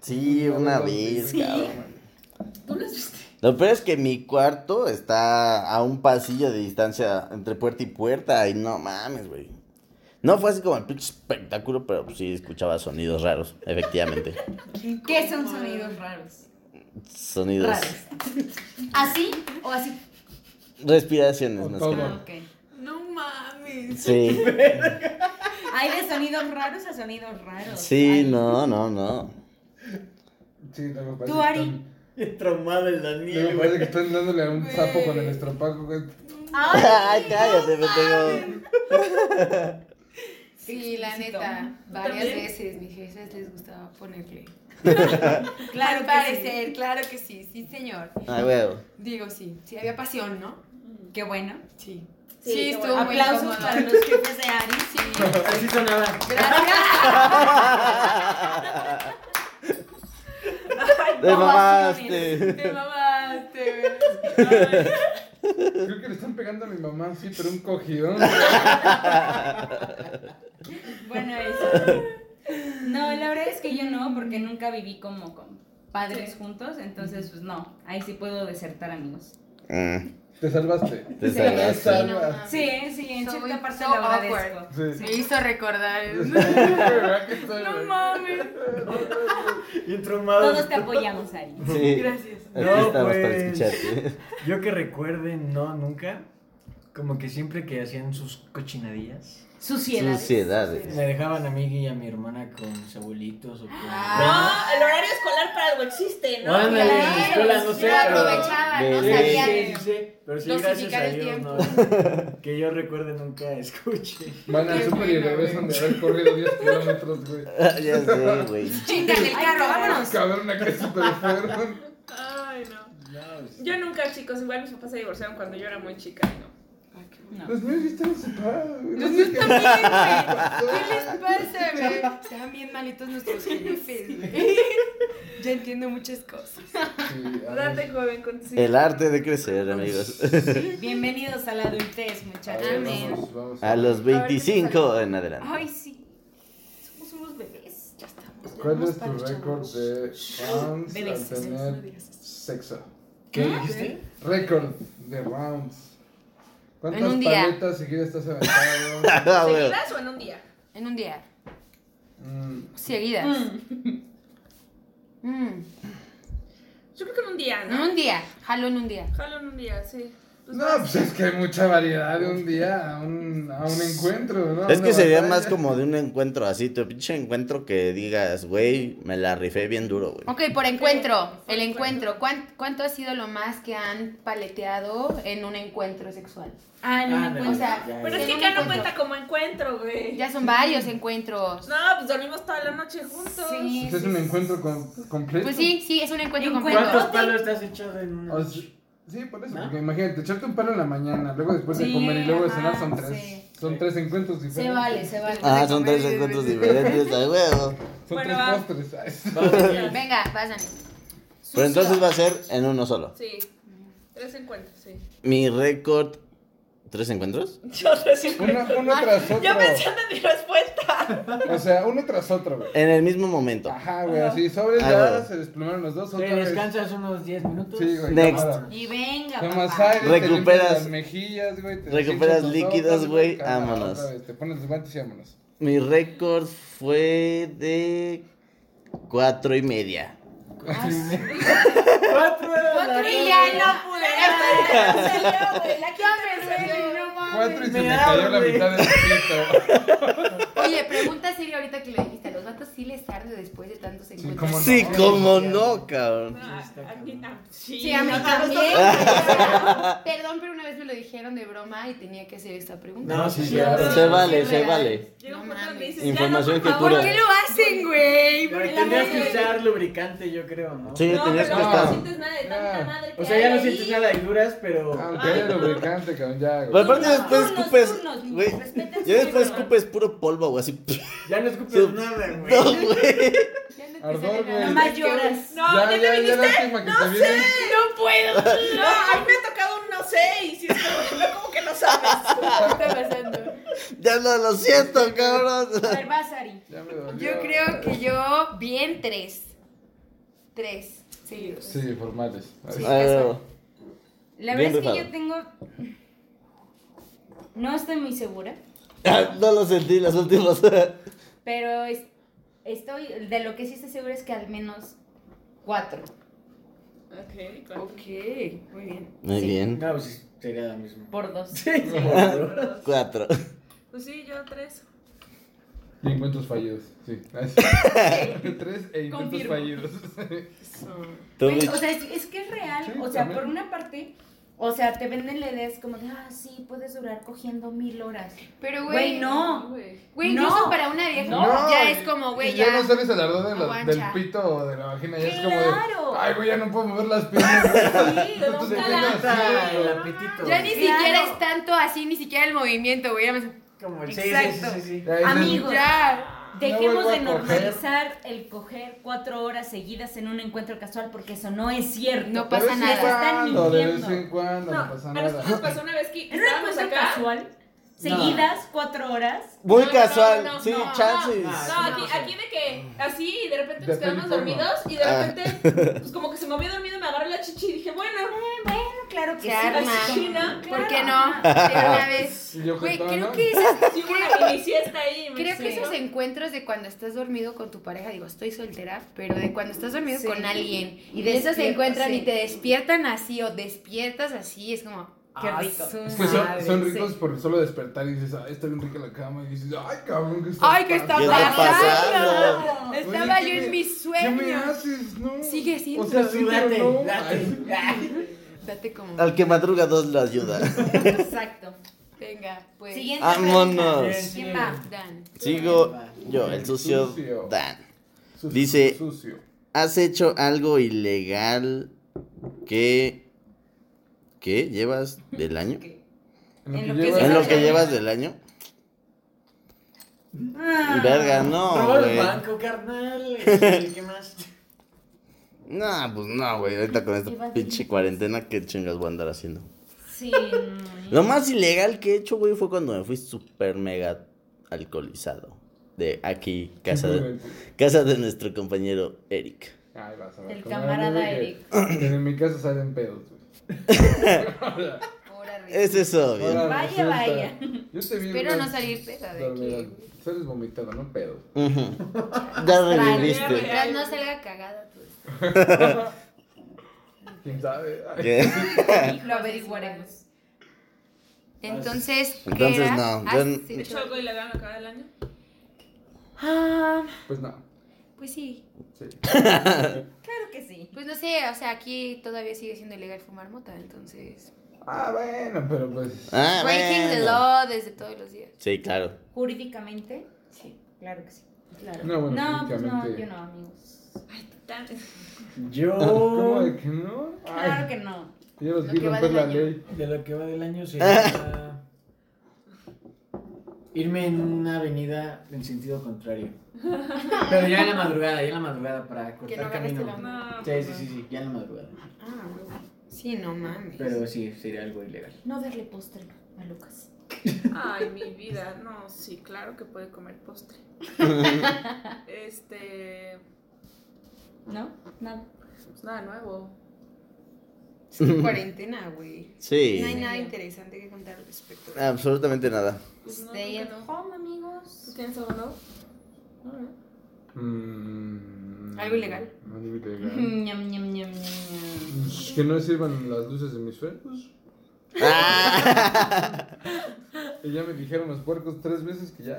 Sí, una vez, cabrón. ¿Tú las viste? Lo peor es que mi cuarto está a un pasillo de distancia entre puerta y puerta. Y no mames, güey. No fue así como el pinche espectáculo, pero pues, sí escuchaba sonidos raros, efectivamente. ¿Qué son sonidos raros? Sonidos. Raros. ¿Así o así? Respiraciones, O más todo. que nada. Ok. No mames. Sí. Hay de sonidos raros a sonidos raros. Sí, Ay. no, no, no. Sí, luego parece Tú, que Ari. están- Traumado el Luego Daniel, parece güey. que están dándole a un sapo con el estropajo, güey. Ay, cállate, pendejo. Sí, la Explícito. neta. Varias también? veces mis jefes les gustaba ponerle. Claro Al que parecer, claro que sí, sí, señor. Ah, huevo. Digo sí, sí había pasión, ¿no? Qué bueno. Sí. Sí, Sí, qué estuvo bueno. muy Aplausos incómodo. para los jefes de Ari. Sí, Así sonaba. gracias. Te mamaste. Te mamaste, güey. Creo que le están pegando a mi mamá, sí, pero un cogidón. Bueno, eso. No, la verdad es que yo no, porque nunca viví como con padres juntos, entonces pues no, ahí sí puedo desertar amigos. Mm, Te salvaste. Te Te Sí, salvaste. no salvaste. mames. Sí, sí, en So cierta we- parte so lo agradezco. awkward. Sí. Me hizo recordar. ¿Verdad que estoy, No güey? mames. Bien traumado. Todos te apoyamos, Ari. Sí. Gracias. Aquí No, estamos para pues. escucharte. Yo que recuerde, no, nunca. Como que siempre que hacían sus cochinadillas, Suciedad. Suciedades. me dejaban a mí y a mi hermana con mis abuelitos o con. Ah. No, el horario escolar para algo existe, ¿no? Ándale, en la escuela, no Yo sé. pero- aprovechaba, no Sí, sabía. eh, Sí, sí, sí, pero sí, gracias Dosificar a el Dios, tiempo. no. Que yo recuerde, nunca escuché. Van al Qué súper y bueno, regresan de güey. haber corrido 10 kilómetros, güey. ya sé, güey. Chinga en el Ay, carro, cabrón. vámonos. Cabrón, acá es súper enfermo. Ay, no. No, sí. Yo nunca, chicos, igual mis papás se divorciaron cuando yo era muy chica, ¿no? No. Los míos ya estaban separados, güey. No sé Nosotros qué también, güey. pasó. ¿Qué les pasa, güey? Están bien malitos nuestros jefes, güey. Ya entiendo muchas cosas. Sí, a ver. Date joven con sí. El arte de crecer, amigos. Bienvenidos a la adultez, A muchachos. ver, Amén. vamos, vamos. A los ver, 25 en adelante. Ay, sí. Somos unos bebés. Ya estamos. ¿Cuál Vamos es tu para los récord chavos. de rounds De al veces, no tener digas eso. sexo? ¿Qué dijiste? Récord de rounds. ¿Cuántas En un día. paletas seguidas estás aventado? Ah, huevo. ¿Seguidas o en un día? En un día. Mm, Seguidas. Mm. Yo creo que en un día, En ¿no? un día. Jalo en un día. Jalo en un día, sí. Pues No, vas. pues es que hay mucha variedad de un día a un, a un encuentro, ¿no? Es Una que sería batalla. más como de un encuentro así, tu pinche encuentro que digas, güey, me la rifé bien duro, güey. Ok, por encuentro. por El encuentro. encuentro. ¿Cuán- ¿Cuánto ha sido lo más que han paleteado en un encuentro sexual? Ah, no, Ah, no no, O cuenta. sea, ya, Pero es en que un acá no encuentro. cuenta como encuentro, güey. Ya son varios encuentros. No, pues dormimos toda la noche juntos. Sí. Pues es un encuentro com- completo. Pues sí, sí, es un encuentro Encuentro. completo. ¿Cuántos palos te has echado en una O noche? sea, sí, por eso. ¿No? Porque imagínate, echarte un palo en la mañana, luego después de Sí, comer y luego de ajá, cenar son tres. sí. Son Sí. tres encuentros Se diferentes. vale, se vale. Ah, son tres encuentros diferentes, a huevo. Son Bueno, tres va. postres. ay, sí. Venga, pásame. Pero entonces va a ser en uno solo. Sí. Tres encuentros, sí. Mi récord. ¿Tres encuentros? Yo tres Uno, encuentros. uno tras otro. Yo pensando en mi respuesta. O sea, uno tras otro, güey. En el mismo momento. Ajá, güey, así sobre Ah, ya güey. se desplumaron los dos Te otra vez. descansas unos 10 minutos. Sí, güey. Next. cámara. Y venga, Tomas papá. aire, te limpias Recuperas- las mejillas, güey. te recuperas deshinchas los líquidos, ojos, güey, cámara, otra vámonos. vez, Te pones los guantes y vámonos. Mi récord fue de cuatro y media. Ah, Cuatro era la Cuatro y regla. ya no pude. La quinta me salió, güey. La quinta me salió. Cuatro y se me me cayó la abre. mitad del pito. Oye, pregunta seria ahorita que le dijiste, ¿a los vatos sí les tarde después de tantos encuentros? ¿cómo no? Sí, cómo Sí, no, cabrón. No, a- a mí tam- Sí, a mí ah, no, también. nosotros- Perdón, pero una vez me lo dijeron de broma y tenía que hacer esta pregunta. No, sí, Sí, sí. claro. Se vale, Sí, se real. vale. Llega un punto No donde mames. dices, Información ya, no, que por cura. Pues, favor, lo hacen, güey? Pero Por el tendrías amor de que Dios. usar lubricante, yo creo, ¿no? Sí. No, tenías pero que no estar. sientes nada de tanta Ah. madre que O sea, ya hay no ahí. sientes nada de duras, pero. Aunque haya lubricante, cabrón, ya. Pero güey. aparte Turnos, después turnos, escupes. turnos, güey, respeta ya el después turno. escupes puro polvo, güey, así. Ya no Sí. escupes nada, güey. No, güey. Ya no te Ardor, sale güey. nada. Nomás lloras. No, ya, ¿te ya, ya, viniste? lástima que te vienen. No puedo. No, a mí me ha tocado un no sé y si es como, no, como que no sabes. ¿Qué está pasando? Ya no lo siento, cabrón. A ver, vas, Ari. Ya me dolió. Yo creo que yo, bien tres. Tres seguidos. Sí, formales. Sí. A ver, La Bien verdad es que rifado. yo tengo. No estoy muy segura, ah, No lo sentí las últimas. Yo pero es- estoy. De lo que sí estoy segura es que al menos cuatro. Ok, Ok, muy bien. Muy Sí. bien. No, pues sí, sería lo mismo. Por dos. Sí, sí, por favor. Cuatro. Pues sí, yo tres. Y encuentros fallidos. Sí. Tres e intentos Confirmo. fallidos. Tú, Güey, Mitch. Pues, o sea, es, es que es real. Sí, o sea, también. por una parte, o sea, te venden la idea es como de, ah, sí, puedes durar cogiendo mil horas. Pero, güey. Güey, no. Güey. Güey, No. incluso para una vieja. No, ya y- es como, güey, y ya. Ya no sales al ardor de la- del Aguancha. pito o de la vagina. Ya es como ¡Claro! de. Ay, güey, ya no puedo mover las piernas. Sí, Tú te Se te nunca quedas la- nota el apetito. Ya ni Claro. siquiera es tanto así, ni siquiera el movimiento, güey. Ya me- Como el Exacto. Sí, sí, sí, sí. Ya dices, Amigo. Ya. Dejemos vuelvo de a coger. normalizar el coger cuatro horas seguidas en un encuentro casual porque eso no es cierto. No de pasa vez en nada. cuando, De vez mintiendo. en cuando, no, No, pasa a nosotros nos nada. pasó una vez que En un estábamos encuentro acá. casual, seguidas cuatro horas. Muy No, no, casual. no, no, sí, no, chances. No, aquí, aquí de que así y de repente nos De quedamos peli porno. dormidos y de Ah. repente, pues como que se movió dormido, me agarró la chichi y dije, bueno, Bueno, claro que Se sí. arma. así como- Claro. ¿Por qué no? Pero una vez. Y yo Güey, contaba, creo ¿no? que esas sí hubo una mini siesta ahí. me Creo que dice, esos encuentros de cuando estás dormido con tu pareja, digo, estoy soltera, pero de cuando estás dormido Sí. con alguien Y y de esos se despiertas, encuentran sí. y te despiertan así o despiertas así, es como, Qué "Ah, rico". su Es que son, madre, son sí. ricos por solo despertar y dices, ay, está bien rica la cama. Y dices, ay, cabrón, ¿qué está Ay, ¿qué está ¿Qué está pasando? pasando? Estaba Oye, yo ¿qué en me- mi ¿Qué me sueño. haces? No. Sigue O siendo. sea, sí, Date, pero no. date. Date como. Al que madruga dos lo ayuda. Exacto. Venga, pues. Siguiente. Vámonos. pregunta. ¿Quién va? Dan. Sigo yo, el sucio Sucio. Dan. Sucio, Dice- Sucio. ¿Has hecho algo ilegal que... ¿Qué? ¿Llevas del año? En En lo lo que que llevas. se- ¿En lo que llevas del año? Ah. Verga, no, Roba el güey. banco, carnal. este, ¿Qué más? No, pues no, güey. Ahorita con esta pinche cuarentena, ¿qué chingas voy a andar haciendo? Sí. no. Lo más ilegal que he hecho, güey, fue cuando me fui súper mega alcoholizado. De aquí, casa de, casa de nuestro compañero Eric. Ay, vas a ver. Del como camarada a mí, Eric. que- que En mi casa salen pedos, güey. Ahora re- Es eso, bien. Ahora Vaya, resulta- vaya. Yo te vi. Espero güey, no salir peda de dormida. aquí. güey. Sales vomitado, no pedo. Ujú. Ya reviviste. Mientras no salga cagada, pues. ¿Quién sabe? Ay, ¿Qué? Lo averiguaremos. Entonces, ¿qué Entonces, era? Ah, no, ¿Has yo- ¿Te he Ah, hecho hecho algo ilegal acá del año? Ah, Pues no. pues sí. Sí. Claro que sí. Pues no sé, o sea, aquí todavía sigue siendo ilegal fumar mota, entonces. Ah, bueno, pero pues. Ah, Breaking the bueno. law desde todos los días. Sí, claro. Jurídicamente, Sí. claro que sí. Claro. No, bueno, pues no, jurídicamente- yo no, amigos. Ay, tan- ¿Cómo Yo. de que no? Ay, Claro que no. Yo los Lo vi que va romper del la año. ley. De lo que va del año sería. Irme en una avenida en sentido contrario. Pero ya en la madrugada, ya en la madrugada para Que no cortar agarraste camino. la mano. No, Sí, sí, sí, sí, ya en la madrugada. Ah, huevo. Sí, no mames. Pero sí, sería algo ilegal. No darle postre a Lucas. pues, Ay, mi vida. No, sí, claro que puede comer postre. este. ¿No? Nada. Pues nada nuevo. Es una cuarentena, güey. No hay Sí. Ah, nada interesante que contar al respecto. Absolutamente nada. Pues no, Stay creo at que no. Home, ¿Tú amigos. tienes algo nuevo? No, ¿no? Mm. ¿Algo ilegal? Algo ilegal. Ñam, ñam, ñam, ñam, ñam. Pues, Que no sirvan las luces de mis sueños. Ah, que ya me dijeron los puercos tres veces que ya.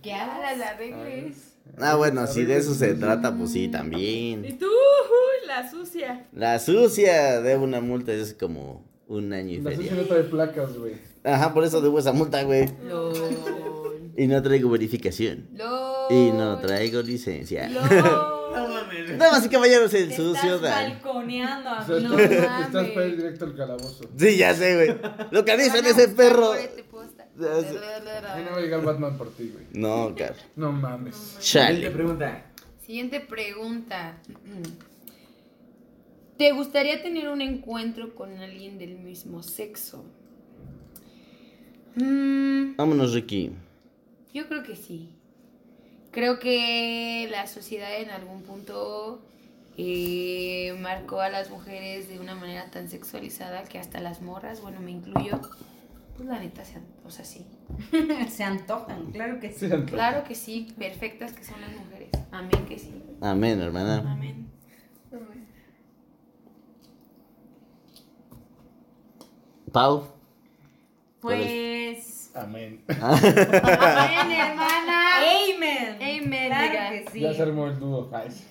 ¿Qué Ahora hablas? la arregles. Ah, bueno, si de eso se trata, pues sí, también. Y tú, uy, la sucia. La sucia debo una multa es como un año y La medio. sucia no trae placas, güey. Ajá, por eso debo esa multa, güey. LOL. Y no traigo verificación. LOL. Y no traigo licencia. No LOL. mames. Damas y caballeros, el Te sucio estás Dan. balconeando, O sea, amigo. No estás, estás mames. para ir directo al calabozo. Sí, ya sé, güey. Localicen ese perro. Por este posta. Ya sé. Ahí no va a llegar Batman por ti, güey. No, cara. No mames. Siguiente Chale. pregunta. Siguiente pregunta. ¿Te gustaría tener un encuentro con alguien del mismo sexo? Mm, Vámonos, Ricky. yo creo que sí. Creo que la sociedad en algún punto eh, marcó a las mujeres de una manera tan sexualizada que hasta las morras, bueno, me incluyo, pues la neta, se an- o sea, sí. Se antojan, claro que sí. Sí, Anto. Claro que sí, perfectas que son las mujeres. Amén que sí. Amén, hermana. Amén. Pau. ¿Cuál Pues. Amén. Amén, hermana. Amen. Amen, diga. Claro que sí. Ya se armó el dúo. Ay, sí.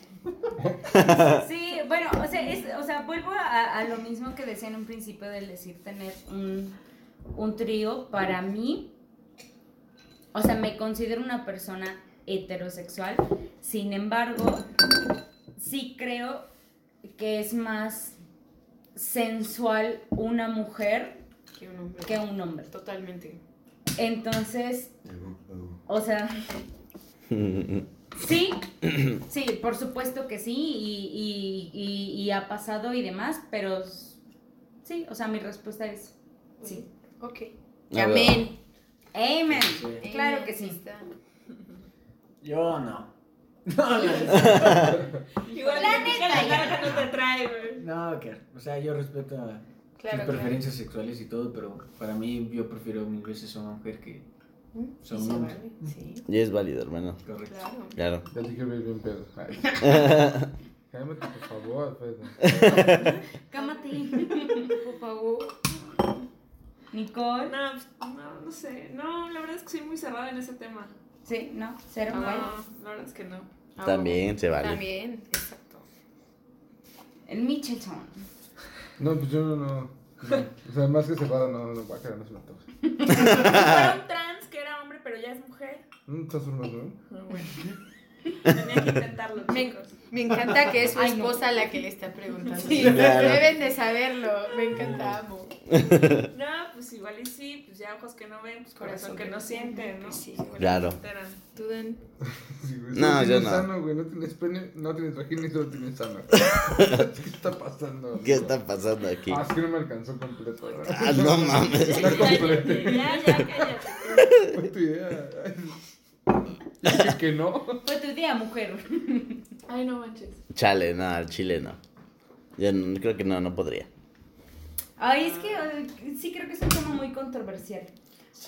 Sí, bueno, o sea, es, o sea vuelvo a, a lo mismo que decía en un principio del decir tener un, un trío. Para mí, o sea, me considero una persona heterosexual. Sin embargo, sí creo que es más sensual una mujer Que un hombre. que un hombre. Totalmente. Entonces, o sea, sí, sí, por supuesto que sí, y, y- y- y ha pasado y demás, pero s- sí, o sea, mi respuesta es sí. Ok. A ver. Amén. Amen. Sí. Claro que sí. Está. Yo no. No, Igual la neta la larga no te trae, güey. no, no, que- o sea, yo respeto a Claro, sus preferencias sexuales y todo, pero para mí yo prefiero mil veces a una mujer que claro. Son ¿Mm? Sí, se hombres. vale, Sí, Y es válido, hermano. correcto. claro. Claro. Ya dije baby un pedo. Ay. Cálmate, por favor, Pedro. Cámate, Por favor. Nicole. No, pues, no, no sé. No, la verdad es que soy muy cerrada en ese tema. Sí, no, cero. No, igual. la verdad es que no. Ah, También se bueno. vale. También, exacto. El Michelton. No, pues yo no, no. no. O sea, más que cerrada, no, no, va a quedar, no se me antoja. Si fuera un trans que era hombre, pero ya es mujer. No estás formando, ¿no? Ah, No, bueno. Tenía que intentarlo, Me- chicos. Me encanta que es su Ay, no. esposa la que le está preguntando. Sí, claro. Deben de saberlo. Me encanta, amo. No, pues igual y sí, pues ya ojos que no ven, pues corazón que no sienten, ¿no? Pues sí. Igual y Claro. se enteran. Tú, Dan. Sí, güey. No, Solo yo tienes no. sano, güey. No tienes pene, no tienes vagina y solo tienes sano. ¿Qué está pasando? amigo? ¿Qué está pasando aquí? Ah, es que no me alcanzó completo, ¿verdad? Ah, no mames. Ya, Está completo. cállate, ya, ya, cállate. Fue tu idea. Dije que no. Fue tu día, mujer. Ay, no manches. Chale, no, al chile no. Yo no- creo que no, no podría. Ah. Ay, es que eh, sí creo que es un tema muy controversial.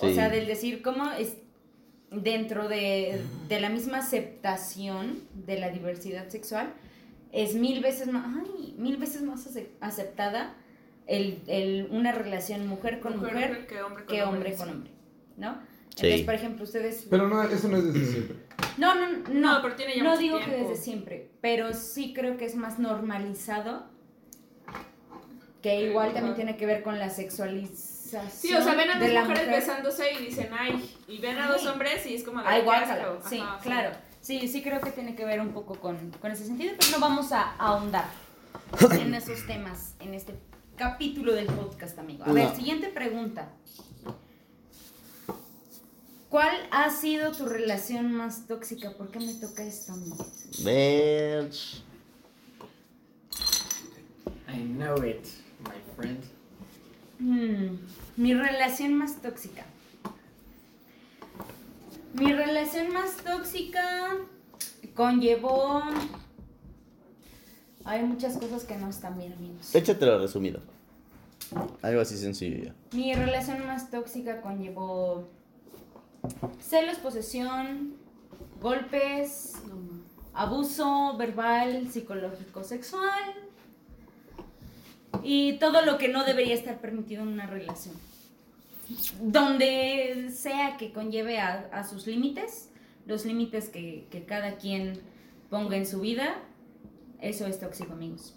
O Sí. sea, del decir cómo es dentro de, de la misma aceptación de la diversidad sexual, es mil veces más, ay, mil veces más ace- aceptada el, el- una relación mujer con mujer, que hombre con que hombre sí. con hombre, ¿no? Sí. Entonces, por ejemplo, ustedes... Pero no, eso no es desde siempre. No, no, No, no, no, pero tiene ya no mucho digo que tiempo. desde siempre, pero sí creo que es más normalizado, que igual también Ajá. tiene que ver con la sexualización Sí, o sea, ven a de dos la mujeres mujer. besándose y dicen, ay, y ven a dos Ay. hombres y es como de Ay, qué guácala. asco. Sí, Ajá, Ah, claro. Sí, sí creo que tiene que ver un poco con, con ese sentido, pero no vamos a ahondar en esos temas en este capítulo del podcast, amigo. A ver, No. siguiente pregunta. ¿Cuál ha sido tu relación más tóxica? ¿Por qué me toca esto, amigo? Bitch. I know it, my friend. Mm, mi relación más tóxica. Mi relación más tóxica conllevó. Hay muchas cosas que no están bien, amigos. Échatelo resumido. Algo así sencillo. Mi relación más tóxica conllevó celos, posesión, golpes, abuso verbal, psicológico, sexual y todo lo que no debería estar permitido en una relación. donde sea que conlleve a, a sus límites, los límites que, que cada quien ponga en su vida, eso es tóxico, amigos.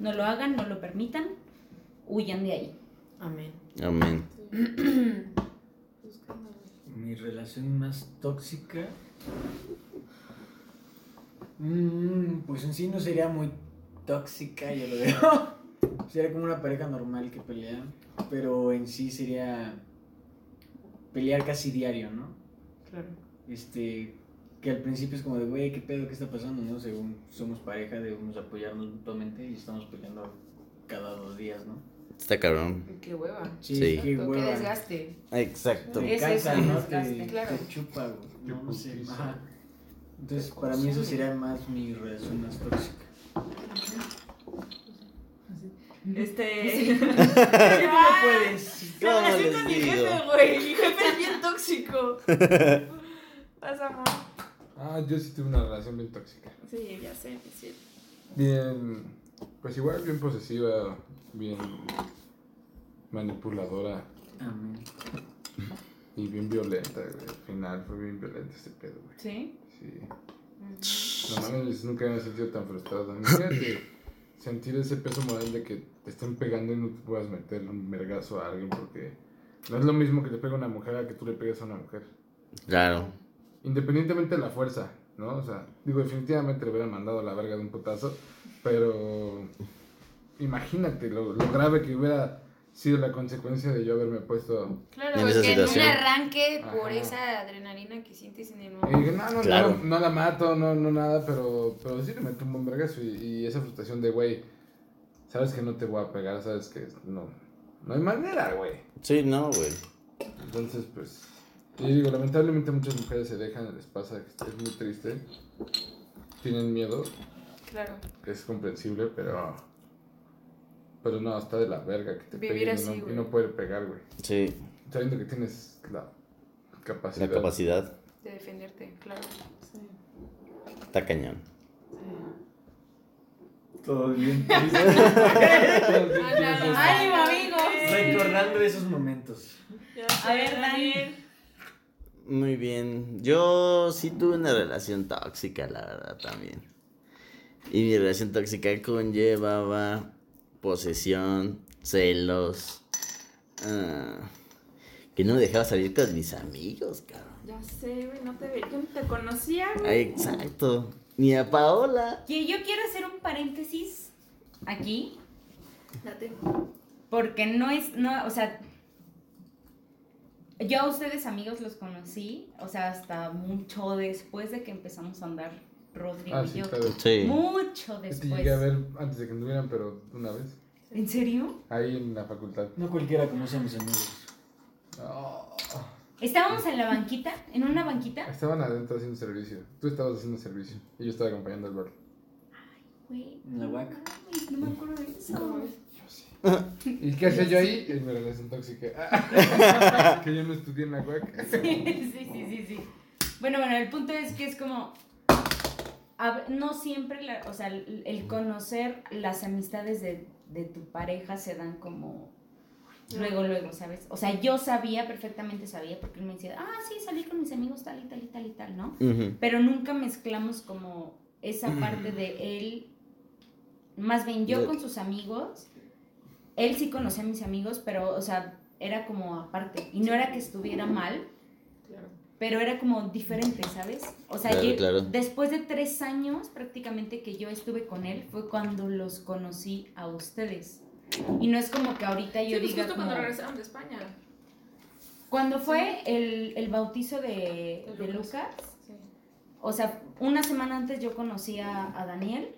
No lo hagan, no lo permitan, huyan de ahí. Amén. Amén. Mi relación más tóxica. Mm, pues en sí no sería muy tóxica, yo lo veo. sería como una pareja normal que pelea. Pero en sí sería pelear casi diario, ¿no? Claro. Este. Que al principio es como de, güey, ¿qué pedo? ¿Qué está pasando? ¿No? Según somos pareja, debemos apoyarnos mutuamente y estamos peleando cada dos días, ¿no? Está cabrón. Qué hueva. Sí. qué Exacto, Qué hueva. desgaste. Exacto. Te Ese cansa, es el ¿no? desgaste, Te, claro. te chupa, güey. No, no sé. ajá. Entonces, para mí eso sería más mi relación más tóxica. Este. Ah, ¿Qué no puedes? La ¿Cómo relación les con mi digo? jefe, güey. Mi jefe es bien tóxico. Vas, amor. Ah, yo sí tuve una relación bien tóxica. Sí, ya sé, es cierto. Bien, pues igual bien posesiva, bien manipuladora Amén. y bien violenta, güey. Al final fue bien violenta este pedo, güey. ¿Sí? Sí. No mames, nunca me he sentido tan frustrado. Imagínate sentir ese peso moral de que te estén pegando y no te puedas meter un vergazo a alguien porque no es lo mismo que te pegue una mujer a que tú le pegues a una mujer. Claro. Independientemente de la fuerza, ¿no? O sea, digo, definitivamente le hubieran mandado a la verga de un putazo, pero imagínate lo, lo grave que hubiera sido la consecuencia de yo haberme puesto... Claro, En es esa que situación. en un arranque por Ajá. esa adrenalina que sientes en el Y momento. dije, no, no, Claro. no, no la mato, no, no nada, pero, pero sí le meto un buen vergazo y, y esa frustración de, güey, sabes que no te voy a pegar, sabes que no, no hay manera, güey. Sí, no, güey. Entonces, pues. Yo digo, lamentablemente muchas mujeres se dejan, les pasa, es muy triste. Tienen miedo, Claro. es comprensible, pero. Pero no, está de la verga que te Vivir peguen así, y, no, y güey. no poder pegar, güey. Sí, Sabiendo que tienes la capacidad. la capacidad De defenderte, claro. está cañón. Todo bien triste. Ah, pues, Ay, Recordando esos momentos. Ya sé, A ver, Dani. Muy bien. Yo sí tuve una relación tóxica, la verdad, también. Y mi relación tóxica conllevaba posesión, celos. ah, que no me dejaba salir con mis amigos, cabrón. Ya sé, güey, no te ve. Yo no te conocía, güey. Exacto. Ni a Paola. Que yo quiero hacer un paréntesis aquí, Date. porque no es, no, o sea, yo a ustedes amigos los conocí, o sea, hasta mucho después de que empezamos a andar Rodrigo Ah, y sí, yo. claro. Sí. Mucho Yo te Este llegué a después. ver antes de que anduvieran, pero una vez. ¿En serio? Ahí en la facultad. No cualquiera conoce a mis amigos. Oh. Estábamos en la banquita, en una banquita. Estaban adentro haciendo servicio. Tú estabas haciendo servicio. Y yo estaba acompañando al bar. Güey, En la UAC. mames, no me acuerdo de eso. Yo sí. ¿Y qué hacía yo ahí? En mi relación tóxica. que yo no estudié en la UAC. sí, sí, sí, sí. Bueno, bueno, el punto es que es como. hab- No siempre, la- o sea, el el conocer las amistades de, de tu pareja se dan como luego, luego, ¿sabes? O sea, yo sabía, perfectamente sabía, porque él me decía, ah, sí, salí con mis amigos tal y tal y tal y tal, ¿no? Ujú. Pero nunca mezclamos como esa parte de él, más bien yo De- con sus amigos, él sí conocía a mis amigos, pero, o sea, era como aparte, y no era que estuviera mal, Claro. pero era como diferente, ¿sabes? O sea, Claro, yo- claro. después de tres años prácticamente que yo estuve con él, fue cuando los conocí a ustedes. Y no es como que ahorita Sí, yo pues diga justo como- cuando regresaron de España. Cuando fue el, el bautizo de, De de Lucas. Lucas, Sí. o sea, una semana antes yo conocí a, a Daniel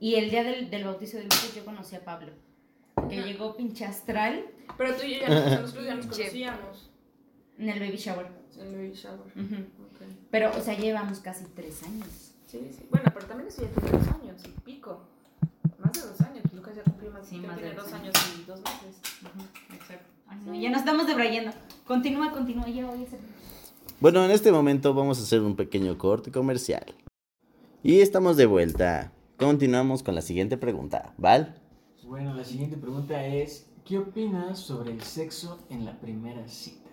y el día del, del bautizo de Lucas yo conocí a Pablo, que Ajá. llegó pinche astral Pero tú y yo ya nos, nosotros ya nos Che. conocíamos. en el baby shower. En el baby shower. Ujú. Ok. Pero, o sea, llevamos casi tres años. Sí, sí. Bueno, pero también eso ya tiene dos años y pico. Más de dos años. Lucas ya cumplió más, Sí, ya más de tiene dos dos años. años. y dos meses. Exacto. no, ya nos estamos debrayando. Continúa, continúa, ya voy a hacer... Bueno, en este momento vamos a hacer un pequeño corte comercial. Y estamos de vuelta. Continuamos con la siguiente pregunta, ¿vale? Bueno, la siguiente pregunta es: ¿Qué opinas sobre el sexo en la primera cita?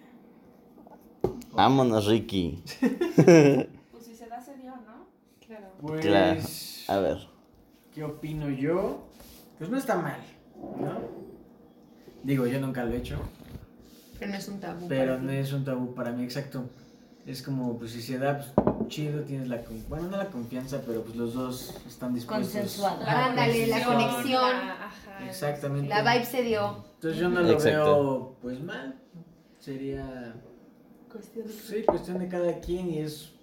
Vámonos, Ricky. Pues si se da, se dio, ¿no? Claro. Pues, Claro. A ver. ¿Qué opino yo? Pues no está mal, ¿no? Digo, yo nunca lo he hecho, Pero no es un tabú. pero para no ti. es un tabú para mí, exacto. Es como, pues si se da, pues chido, tienes la, con- bueno, no la confianza, pero pues los dos están dispuestos. Consensuado. Ajá, Ándale, la consensuado. conexión. la- ajá, Exactamente. La vibe se dio. Entonces yo no lo Exacto. veo, pues mal. Sería, Cuestión de- pues, sí, cuestión de cada quien y es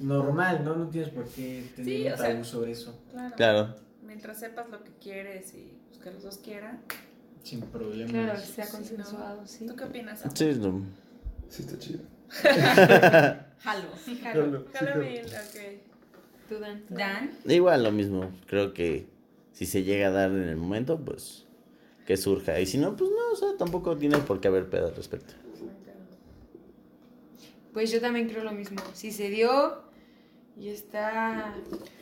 normal, ¿no? No tienes por qué tener Sí, un o sea, tabú sobre eso. Claro. Claro. Mientras sepas lo que quieres y pues, que los dos quieran. Sin problemas. Claro, que sea Sí, consensuado, sí. ¿Tú qué opinas? Sam? Sí, lo- Sí, está chido. Jalo. Sí, jalo. Jalo, sí, Jalo jalo. mil, ok. Tú, Dan. Dan, Igual lo mismo. Creo que si se llega a dar en el momento, pues que surja. Y si no, pues no, o sea, tampoco tiene por qué haber pedo al respecto. Pues yo también creo lo mismo. Si se dio y está.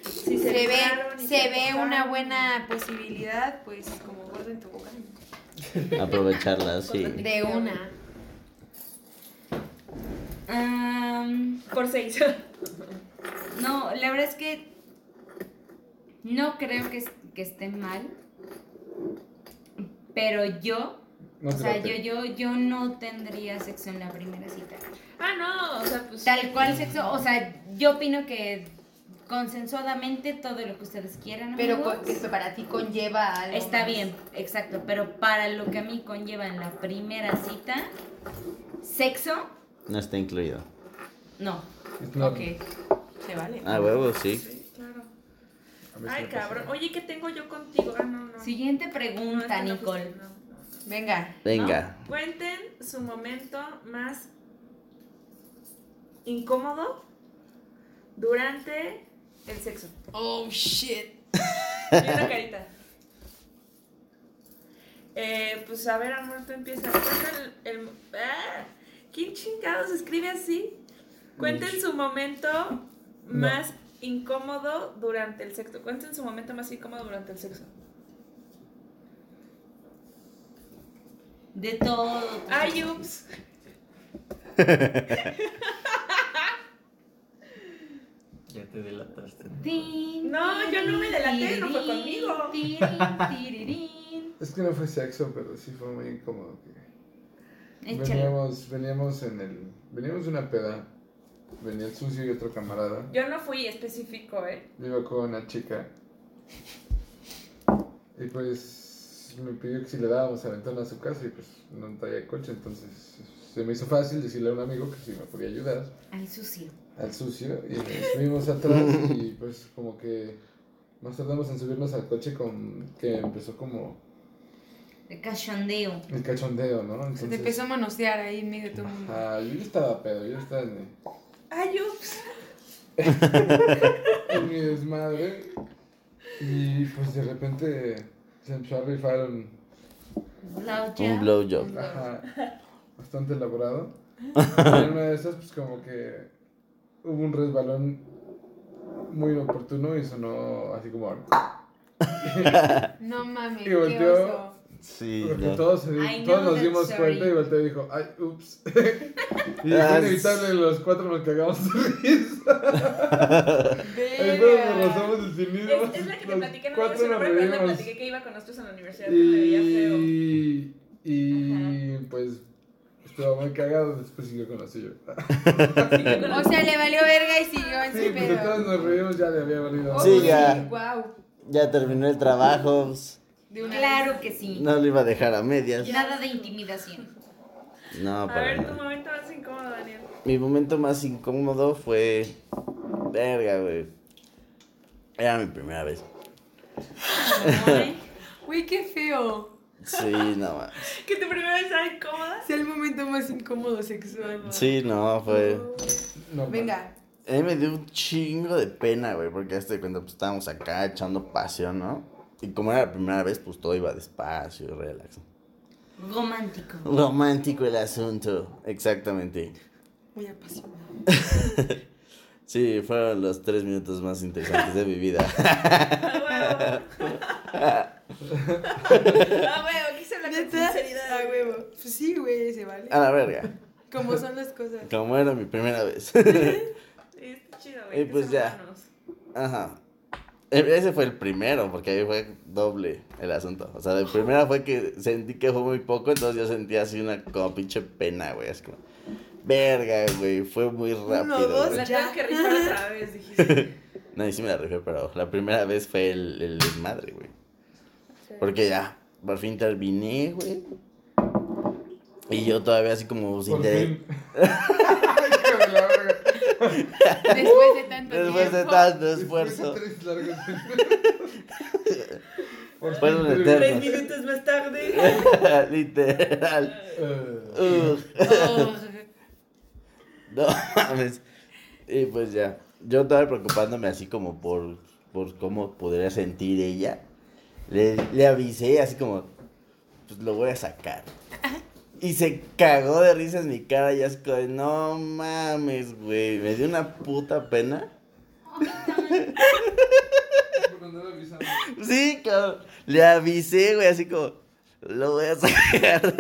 Si se, ve, animaron y se se ve mojaron. una buena posibilidad, pues como gordo en tu boca. Aprovecharla, pues, sí. De una. am, Por seis. no, la verdad es que no creo que, es- que esté mal, pero yo, No o te sea, la yo, pego. yo, yo no tendría sexo en la primera cita. Ah, no, o sea, pues. Tal cual sexo, o sea, yo opino que consensuadamente todo lo que ustedes quieran. Pero amigos, con- que para ti conlleva algo. Está más. bien, exacto, pero para lo que a mí conlleva en la primera cita, sexo, No está incluido. no. No, Ok. Se vale. Ah, huevo, sí. Sí, claro. a ver si Ay, la pasa. cabrón. Oye, ¿qué tengo yo contigo? Ah, no, no. Siguiente No, es que pregunta, no Nicole. fuiste, no, no. Venga. Venga. Cuenten su momento más incómodo durante el sexo. Oh shit. Y una carita. Eh, pues a ver, amor, tú empieza. Cuenta el, el- ah, ¿Quién chingados escribe así? Cuenten su momento más incómodo durante el sexo. Cuenten su momento más incómodo durante el sexo. De todo. Ay, ups. Ya te delataste. Tin, No, yo no me delaté, no fue tirirín, conmigo. tirirín, tirirín. Es que no fue sexo, pero sí fue muy incómodo. que- Échale. Veníamos, veníamos en el. Veníamos de una peda. Venía el sucio y otro camarada. Yo no fui específico, ¿eh? Yo iba con una chica. Y pues me pidió que si le dábamos aventón a su casa y pues no traía coche, entonces se me hizo fácil decirle a un amigo que si me podía ayudar Ay, sucio. al sucio y nos subimos atrás y pues como que nos tardamos en subirnos al coche con que empezó como De cachondeo. el cachondeo, ¿no? Se te Entonces, empezó a manosear ahí en medio de todo el mundo. ajá, yo ya estaba pedo, yo ya estaba en, Ay, ups. en mi desmadre y pues de repente se empezó a rifar un, Blowjob. Un blowjob. Ajá. Bastante elaborado. Y en una de esas, pues como que hubo un resbalón muy inoportuno y sonó así como. No mames. Y qué volteó. oso. Sí, Porque no. todos, se di- I know todos nos that dimos story. cuenta y volteó y dijo, ay, ups. y Ah, fue inevitable, los cuatro nos cagamos de risa. Ahí fue donde rozamos el cinismo. Es, es la que te Los platiqué, no me cuatro acuerdo su nos nombre, pero la reímos. platiqué que iba con nosotros a la universidad, que me veía feo. Y, y pues estuvo muy cagado, después siguió con la suya. Siguió con O la- sea, le valió verga y siguió en Sí, su pues de pedo. todos nos reímos, ya le había valido. Oh, Sí, ya. Wow. Ya terminó el trabajo. De una Claro que sí. No lo iba a dejar a medias. Nada de intimidación. No, A para ver, tu nada. momento más incómodo, Daniel. Mi momento más incómodo fue. Verga, güey. Era mi primera vez. vez. Uy, qué feo. Sí, no más. que tu primera vez sea incómoda. Es el momento más incómodo sexual. ¿no? Sí, no, fue. No, Venga. A mí me dio un chingo de pena, güey, porque hasta cuando pues, estábamos acá echando pasión, ¿no? Y como era la primera vez, pues todo iba despacio, relax. Romántico. Romántico el asunto, exactamente. Muy apasionado. Sí, fueron los tres minutos más interesantes de mi vida. Ah, A huevo. A huevo, quise habla con ¿Neta? sinceridad. A huevo. Pues sí, güey, se vale. A la verga. Como son las cosas. Como era mi primera vez. Y está chido, Y güey. que pues son ya. humanos. Ajá. E- Ese fue el primero, porque ahí fue doble el asunto. O sea, de primera fue que sentí que fue muy poco, entonces yo sentí así una como pinche pena, güey. Es como, verga, güey, fue muy rápido. dos, güey". La Ya. tengo que rifar otra vez, dijiste. No, y sí me la rifé, pero la primera vez fue el, el desmadre, güey. Porque ya, por fin terminé, güey. Y yo todavía así como sin Por tener- fin. Ay, hijo de la verga. Después de tanto Después de tiempo. tanto Después de esfuerzo. tres largos- Por Fue fin un tuve- eterno. Tres minutos más tarde. Literal. Eh, Ugh. Ugh. No mames. Y pues ya. Yo estaba preocupándome así como por, por cómo podría sentir ella. Le, le avisé así como, pues lo voy a sacar. Y se cagó de risa en mi cara y así como, de, no mames, güey. Me dio una puta pena. por andar avisando. Sí, cabrón. Le avisé, güey, así como, lo voy a sacar.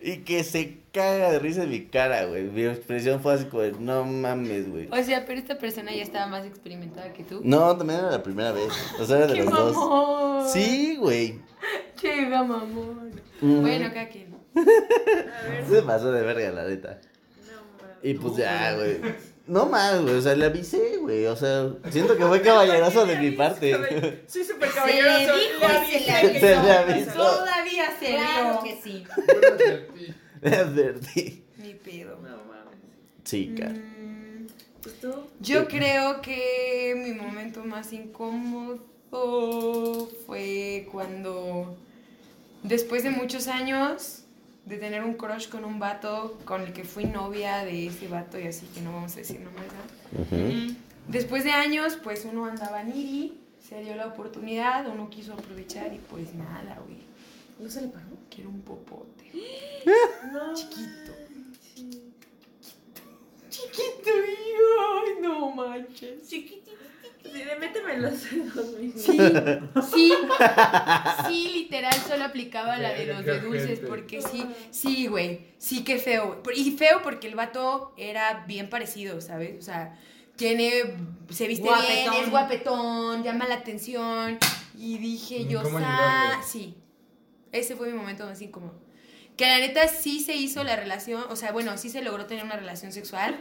y que se caga de risa en mi cara, güey. Mi expresión fue así como, de, no mames, güey. O sea, pero esta persona ya estaba más experimentada que tú. No, también era la primera vez. O sea, era de ¡Qué los dos. mamón! Sí, güey. Llega, mamón. Mm. Bueno, cada quien. Se pasó de verga, la neta. Y pues ya, güey. No más, güey. O sea, le avisé, güey. O sea, siento que fue caballerazo de mi parte. Soy súper Se le caballeroso. dijo le y se le avisé. avisó. Se le avisó. Todavía se Claro vio. que sí. Acuérdate de ti. Le advertí. Ni pedo. No mames. Chica. Mm, Pues tú. Yo creo que mi momento más incómodo fue cuando, después de muchos años de tener un crush con un vato con el que fui novia de ese vato y así que no vamos a decir nombres, ¿no? Ujú. Mm. Después de años, pues uno andaba niri, se dio la oportunidad, uno quiso aprovechar y pues nada, güey. ¿No se le pagó? Quiero un popote. No. Chiquito. Chiquito, hijo. Ay, no manches. Chiquitito. Sí, de méteme en los dedos, mi Sí, sí, Ah, sí, literal, solo aplicaba la de los de dulces, porque sí, sí, güey, sí que feo. güey. Y feo porque el vato era bien parecido, ¿sabes? O sea, tiene, se viste bien, Guapetón. es guapetón, llama la atención. Y dije yo, ¿Cómo "Sa-". ayudarle? sí, ese fue mi momento más incómodo. Que la neta sí se hizo la relación, o sea, bueno, sí se logró tener una relación sexual,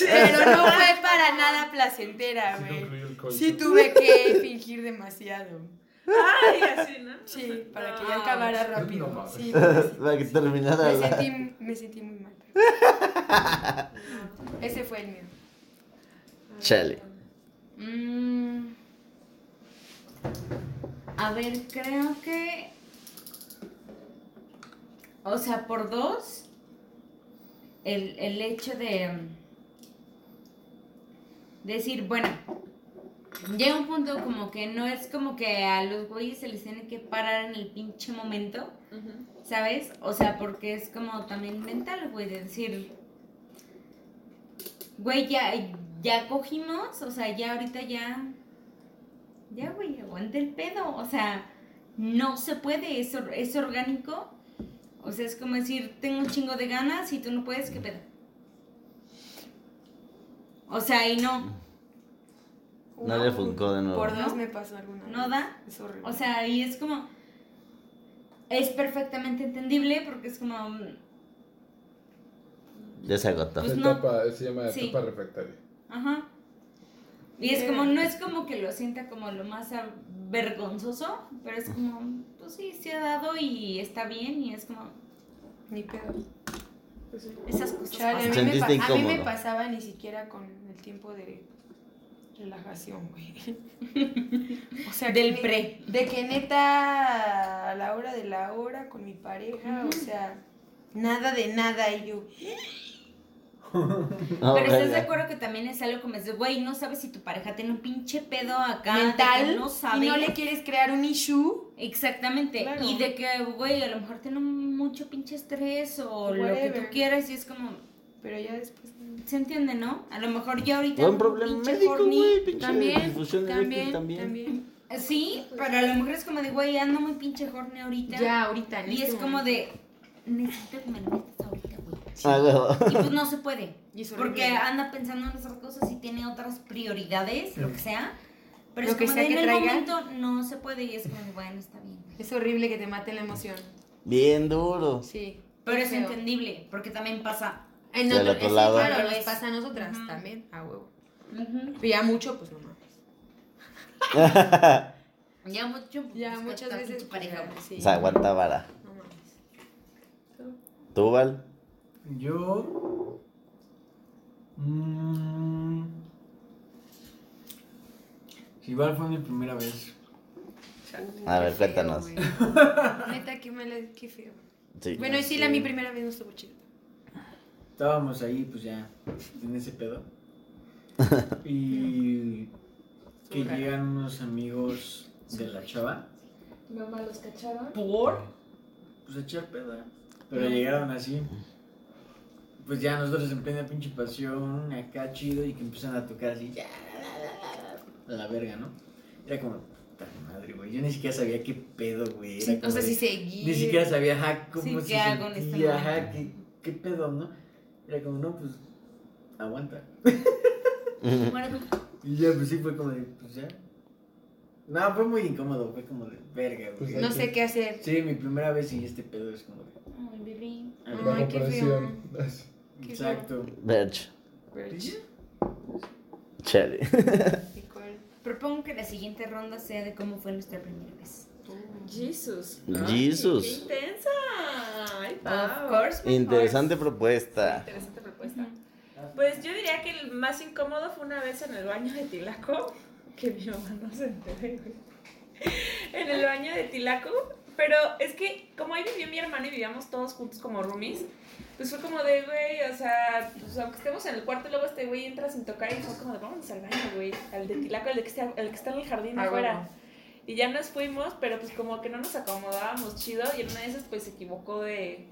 pero no fue para nada placentera, Sí güey. concluyó el coito. Sí tuve que fingir demasiado. Ay, así, ¿no? Sí, para que No. ya acabara No rápido. mames. Sí, sí. Para que terminara me, la. sentí, me sentí muy mal. Ese fue el mío. Chale. Mm. A ver, creo que. O sea, por dos, el, el hecho de. mm, Decir, bueno, llega un punto como que no es como que a los güeyes se les tiene que parar en el pinche momento, Ujú. ¿sabes? O sea, porque es como también mental, güey, de decir, güey, ya, ya cogimos, o sea, ya ahorita ya, ya, güey, aguanta el pedo, o sea, no se puede, es, or- es orgánico, o sea, es como decir, tengo un chingo de ganas y tú no puedes, ¿qué pedo? O sea, y no, No le funcó de nuevo. Por dos me pasó alguna. no vez. da. Es horrible. O sea, y es como. Es perfectamente entendible porque es como. mm, Ya se agotó. Pues no. Etapa, se llama Sí. etapa refractaria. Ajá. Y es como, no es como que lo sienta como lo más a- vergonzoso, pero es como, pues sí, se ha dado y está bien y es como, ni pedo. Pues esas cosas Chale, a, pasan. mí me Sentiste pa- a mí me incómodo. pasaba ni siquiera con el tiempo de relajación, güey. O sea, Del que- pre. De que neta a la hora de la hora con mi pareja, o sea, nada de nada y yo. No, pero estás de verga. acuerdo que también es algo como es, güey, no sabes si tu pareja tiene un pinche pedo acá. de que mental No sabe. y no le quieres crear un issue. Exactamente. Claro. Y de que, güey, a lo mejor tiene mucho pinche estrés o lo que tú Whatever. quieras y es como, Pero ya después. se entiende, ¿no? A lo mejor ya ahorita. Fue un un problema pinche médico, horny- güey. Pinche También, difusión eréctil también, también. también. Sí, pero a lo mejor es como de, güey, ando muy pinche horny ahorita. Ya, ahorita. en Y es este como momento. de, necesito que me lo metas ahorita, güey. Ah, huevo. Y pues no se puede. Y es Porque horrible. anda pensando en otras cosas y tiene otras prioridades, lo que sea. Pero Lo es que como sea de, que en el traiga. momento no se puede y es como de, bueno, está bien. güey. Es horrible que te mate la emoción. Bien duro. Sí. Pero qué es feo. entendible, porque también pasa. En Y al otro, otro sí, lado. claro, Al nos revés. pasa a nosotras Ujú. también, a huevo. Pero Ya mucho, pues no mames. Ya mucho. pues, Ya con muchas tu veces. pinche pareja, güey. pues, sí. O sea, aguanta vara. No mames. ¿Tú, Val? Yo. mm, Si igual fue mi primera vez. A Qué ver, feo, cuéntanos. güey. Neta, qué mala, qué feo. Sí. Bueno, y sí, la mi primera vez no estuvo chido. Estábamos ahí, pues ya, en ese pedo. Y que Raro. llegan unos amigos de la chava, Mamá, los cacharon. ¿Por? pues a echar pedo, ¿eh? Pero llegaron así. Pues ya nosotros en plena pinche pasión, acá chido, y que empiezan a tocar así, ya, la, la, la, la, la verga, ¿no? Era como, puta madre, güey. Yo ni siquiera sabía qué pedo, güey. Era O como sea, de- sí seguí. Ni siquiera sabía ajá, cómo Sí, se ¿qué hago en este sentía, ajá, momento? qué, qué pedo, ¿no? Era como, no, pues, aguanta. Bueno, Y ya, pues sí, fue como de, pues ya. No, fue muy incómodo, fue como de, verga, güey. Pues, No sé qué hacer. Sí, mi primera vez y este pedo es como de, ay, bebé. a ver, Ay, Bajo qué feo. presión. qué exacto. Verge. Sí, Chale. Propongo que la siguiente ronda sea de cómo fue nuestra primera vez. Jesus. Jesus. Ay, ¡Qué intensa! Ay, Of Pau. course, my Interesante Sí, propuesta. Interesante propuesta. Pues yo diría que el más incómodo fue una vez en el baño de Tilaco, que mi mamá no se entere, güey. En el baño de Tilaco, pero es que como ahí vivió mi hermana y vivíamos todos juntos como roomies, pues fue como de, güey, o sea, pues aunque estemos en el cuarto, luego este güey entra sin tocar y fue como de, vamos al baño, güey, al de Tilaco, al de que está, al que está en el jardín Ah, afuera. bueno. Y ya nos fuimos, pero pues como que no nos acomodábamos chido y en una de esas pues se equivocó de...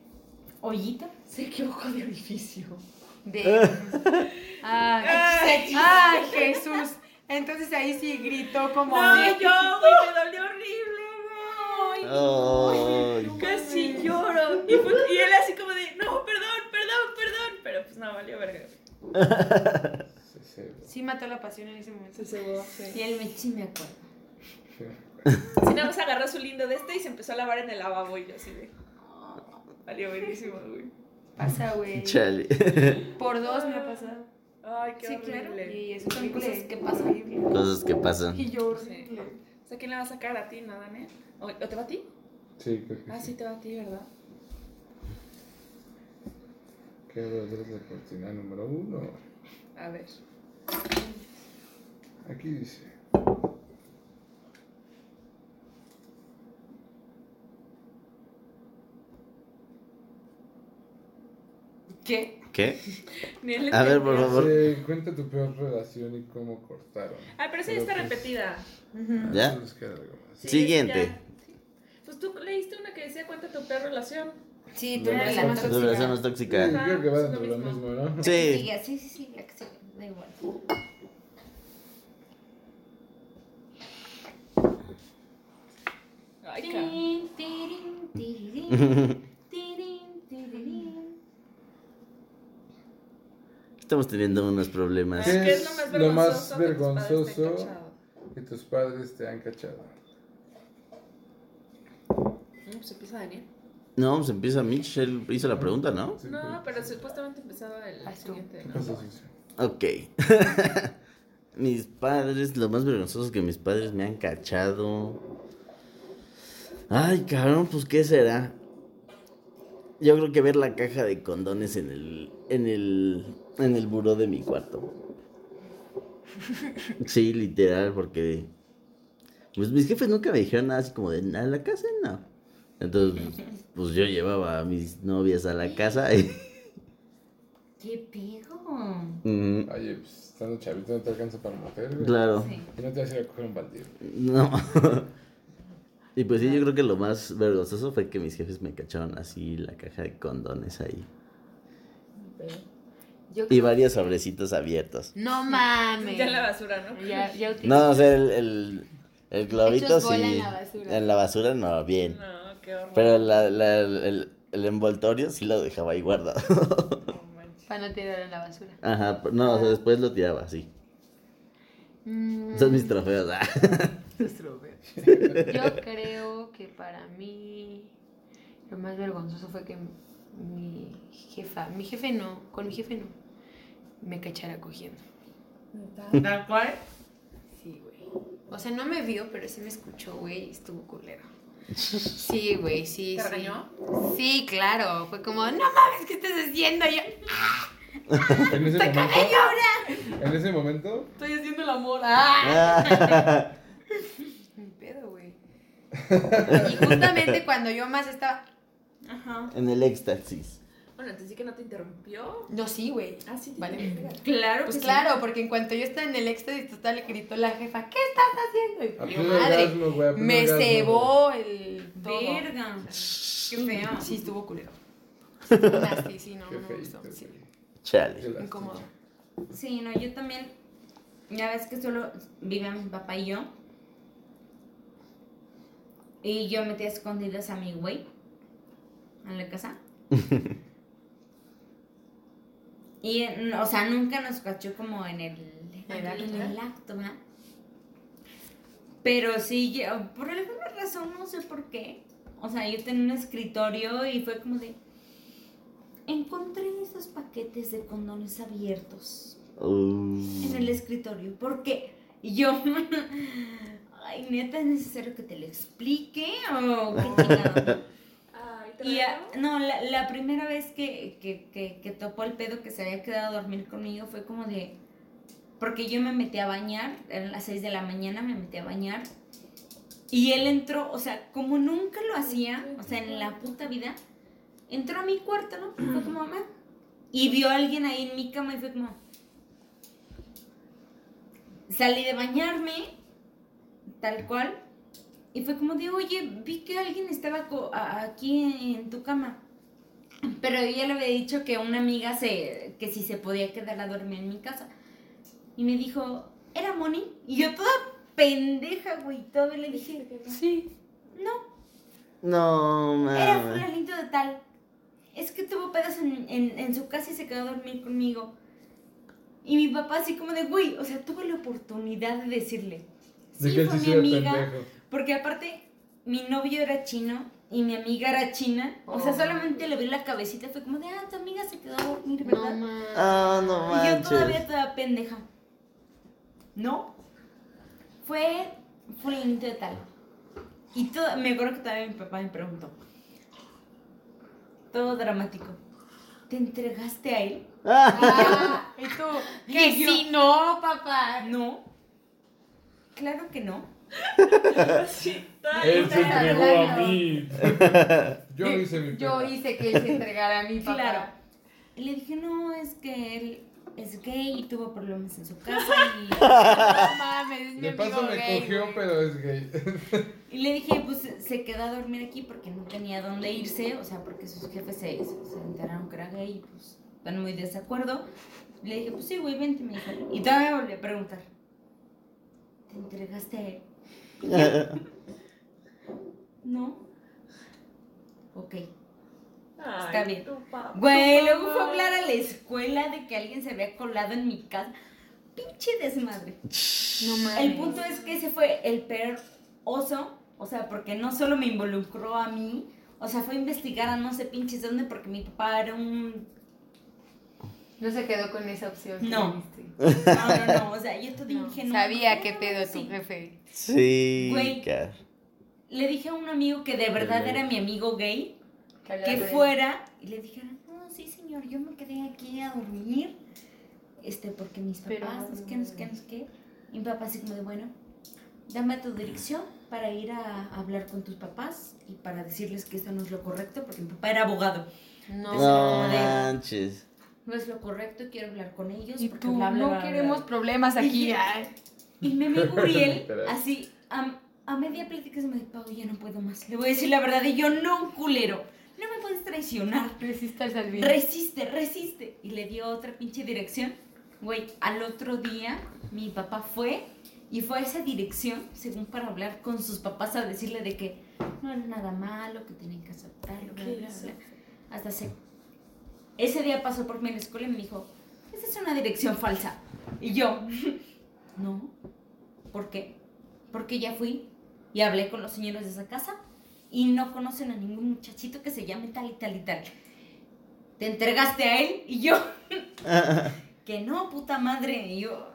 God. ¿Ollita? Se equivocó de orificio. De... Ay, ay, Jesús. Entonces ahí sí gritó como... No, yo, güey, me dolió horrible, güey. Oh, Casi lloro. Y, fue- y él así como de, no, perdón, perdón, perdón. Pero pues no, valió verga. Sí, sí, Sí mató la pasión en ese momento. cebó, Sí, el Mechi me acuerdo. sí. Si no, se agarró su lindo de este y se empezó a lavar en el lavabo y yo así de. Valió buenísimo, güey. Pasa, güey. chale. Por dos me ha pasado. Ay, qué Sí, claro. horrible. Y es Son horrible. cosas que pasan. Horrible. Cosas que pasan. Y yo Sí. horrible. O sea, ¿quién la va a sacar a ti, no, Dani? ¿O, o te va a ti? Sí, creo que Ah, sí, te va a ti, ¿verdad? ¿Qué verdad es la cortina número uno? A ver. Aquí dice. ¿Qué? ¿Qué? Ni él A ver, por entendió. favor. Sí, cuenta tu peor relación y cómo cortaron. Ah, pero esa ya está pues, repetida. Ujú. ¿Ya? eso nos queda algo más. Sí, Siguiente. ya. Pues tú leíste una que decía cuenta tu peor relación. Sí, No, pero no, la no, más Tu relación es tóxica. Sí, tóxica. creo Ah, que va es dentro de lo lo mismo, mismo. ¿no? Sí. Sigue, sí, sí, sí, la que sigue. Da igual. Ay, cabrón. Tirín, tirín, tirín, tirín, tirín. Estamos teniendo unos problemas. Sí. ¿Qué es lo más vergonzoso? Lo más que tus padres te han vergonzoso. cachado? Que tus padres te han cachado. No, pues empieza Daniel. No, pues empieza Mitch. Él hizo la pregunta, ¿no? Sí, No, pero sí. supuestamente empezaba el Ay, tú. siguiente. ¿Qué ¿no? pasa, Susi? Ok. mis padres, lo más vergonzoso que mis padres me han cachado. Ay, cabrón, pues ¿qué será? Yo creo que ver la caja de condones en el en el en el buró de mi cuarto. Sí, literal, porque pues mis jefes nunca me dijeron nada así como de nada la casa, no. Entonces, pues yo llevaba a mis novias a la casa y ¿Qué pego? Mm, Oye, pues estando chavito no te alcanza para mujer, güey. claro. Sí. Y no te vas a ir a coger un baldío. No. y pues sí, yo creo que lo más vergonzoso fue que mis jefes me cacharon así la caja de condones ahí. Yo- Y varios sobrecitos abiertos. No mames. Ya en la basura, ¿no? Ya, ya utilicé. No, o sea, el, el- El globito Hechos bola sí. en la basura. En la basura no, bien. No, qué horror. Pero la- la- el, el envoltorio sí lo dejaba ahí guardado. No manches. Para no tirar en la basura. Ajá, pero no, o sea, después lo tiraba así. Son Mm. mis trofeos. ah. Yo creo que para mí lo más vergonzoso fue que mi jefa, mi jefe no, con mi jefe no, me cachara cogiendo. Tal cual. Sí, güey. O sea, no me vio, pero sí me escuchó, güey, y estuvo culero. Sí, güey, sí, ¿Te sí. regañó? Sí, claro. Fue como, no mames, ¿qué estás haciendo? Y Yo En ese momento. En ese momento. estoy haciendo el amor. ¡Ah! Ni pedo, güey. Y justamente cuando yo más estaba. Ajá. en el éxtasis. Bueno, entonces sí que no te interrumpió. No, sí, güey. Ah, sí. te Vale. interrumpió. Claro, Pues que sí. claro, porque en cuanto yo estaba en el éxtasis total, le gritó la jefa, ¿qué estás haciendo? Y yo, Aplica madre, orgasmo, güey, aplica me orgasmo, güey. cebó el todo. Verga. Qué feo. Sí, estuvo culero. Estuvo nasty, sí, no, Qué no me feíto, gustó. qué sí. feíto. Qué Chale. lástima. Incómodo. Sí, no, yo también. Ya ves que solo vivían mi papá y yo. Y yo metía escondidas a mi güey. A la casa. y, eh, o sea, nunca nos cachó como en el, El en acto, el- en el ¿eh? acto, ¿verdad? Pero sí, yo- por alguna razón, no sé por qué. O sea, yo tenía un escritorio y fue como de. Encontré esos paquetes de condones abiertos Uh. en el escritorio. ¿Por qué? Y yo, ay, neta, es necesario que te lo explique o qué chingado? Ay, te Y ah, regañó. no, la, la primera vez que, que, que- que topó el pedo que se había quedado a dormir conmigo fue como de. Porque yo me metí a bañar, eran las 6 de la mañana, me metí a bañar. Y él entró, o sea, como nunca lo hacía, o sea, en la puta vida, entró a mi cuarto, ¿no? Fue como mamá. Y vio a alguien ahí en mi cama y fue como. Salí de bañarme, tal cual. Y fue como de, oye, vi que alguien estaba co- a- aquí en, en tu cama. Pero ella le había dicho que una amiga se, que si se podía quedar a dormir en mi casa. Y me dijo, ¿era Moni? Y yo toda pendeja, güey, todavía le dije, Sí. No, Ah, era mames. fulanito de tal. Es que tuvo pedos en, en- en su casa y se quedó a dormir conmigo. Y mi papá así como de, güey, o sea, tuve la oportunidad de decirle. De Sí, que él fue sí mi era amiga. pendejo. Porque aparte, mi novio era chino y mi amiga era china. O sea, Oh. solamente le vi la cabecita. Fue como de, ah, tu amiga se quedó a dormir, No ¿verdad? mames. Ah, no y yo todavía manches. toda pendeja. ¿No? Fue fulanito de tal. Y todo, me acuerdo que todavía mi papá me preguntó. Todo dramático. ¿Te entregaste a él? Ah, Ah, y tú, que yo- sí, no, papá. No. Claro que no. Él se Está entregó a hablando. mí. Yo lo hice mi Yo pedo. hice que él se entregara a mi papá. Claro. Y le dije, no, es que él es gay y tuvo problemas en su casa. Y No mames, es mi De paso amigo me gay, cogió, güey. pero es gay. Y le dije, pues se quedó a dormir aquí porque no tenía dónde irse, o sea, porque sus jefes se, se- se enteraron que era gay y pues están muy desacuerdo. Le dije, pues sí, güey, vente, me dijo. Y todavía me volví a preguntar, ¿te entregaste a él? No. Ok. Ay, Está bien. tu papá. Güey, Tu luego fue a mamá. hablar a la escuela de que alguien se había colado en mi casa. Pinche desmadre. No mames. El punto es que ese fue el peor oso, o sea, porque no solo me involucró a mí, o sea, fue a investigar a no sé pinches dónde porque mi papá era un... No se quedó con esa opción. que No. le diste. No, no, no, o sea, yo todo No, ingenua. Sabía qué No, pedo tu sí. jefe. sí. Güey. car- Le dije a un amigo que de verdad era mi amigo gay, que hablaste. fuera y le dijera, no, sí señor, yo me quedé aquí a dormir, este, porque mis Pero- papás, no sé qué, no sé qué, no sé qué. Y mi papá así como de, bueno, dame tu dirección para ir a hablar con tus papás y para decirles que esto no es lo correcto, porque mi papá era abogado. No. No mames. manches. No es lo correcto, quiero hablar con ellos. Y porque tú, bla, bla, no bla, bla, queremos bla". problemas aquí. Y- ay. Y mi amigo Uriel, Literal. así, a, a media plática se me dijo, Pau, ya no puedo más. Le voy a decir la verdad y yo, no, culero, no me puedes traicionar. Resista al salvino. Resiste, resiste. Y le dio otra pinche dirección. Güey, al otro día mi papá fue Y fue a esa dirección, según para hablar con sus papás, a decirle de que no era nada malo, que tenían que aceptarlo, bla, bla, bla. Hasta se... Ese día pasó por mí en la escuela y me dijo, esa es una dirección falsa. Y yo, no, ¿por qué? Porque ya fui y hablé con los señores de esa casa y no conocen a ningún muchachito que se llame tal y tal y tal. Te entregaste a él y yo, que no, puta madre. Y yo,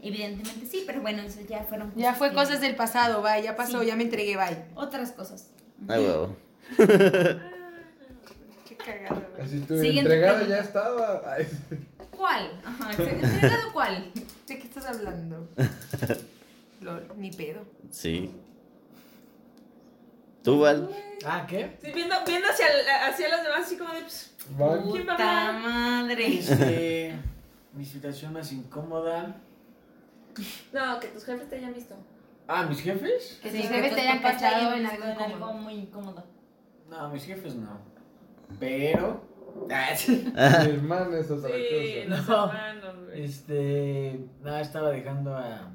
evidentemente sí, pero bueno, eso ya fueron. Ya fue que- cosas del pasado, bye, ya pasó, Sí. ya me entregué, bye. Otras cosas. Ay, Ah, huevo. Qué cagado. Así tú, Siguiente entregada pregunta. ya estaba. Ay, ¿Cuál? Ajá, ¿entregado cuál? ¿De qué estás hablando? Lol, ni pedo. Sí. ¿Tú, Val? Ah, ¿qué? Sí, viendo, viendo hacia, la- hacia los demás, así como de. pues, Val, ¿Quién va a Puta hablar? madre. Este, mi situación más incómoda. No, que tus jefes te hayan visto. Ah, ¿mis jefes? Que Sí, tus jefes tus te hayan papás te cachado hayan en visto algo incómodo. algo muy incómodo. No, mis jefes no. Pero. Ah, sí. mi hermana es otra Sí, cosa. los No. hermanos, güey. Este. Nada, estaba dejando a.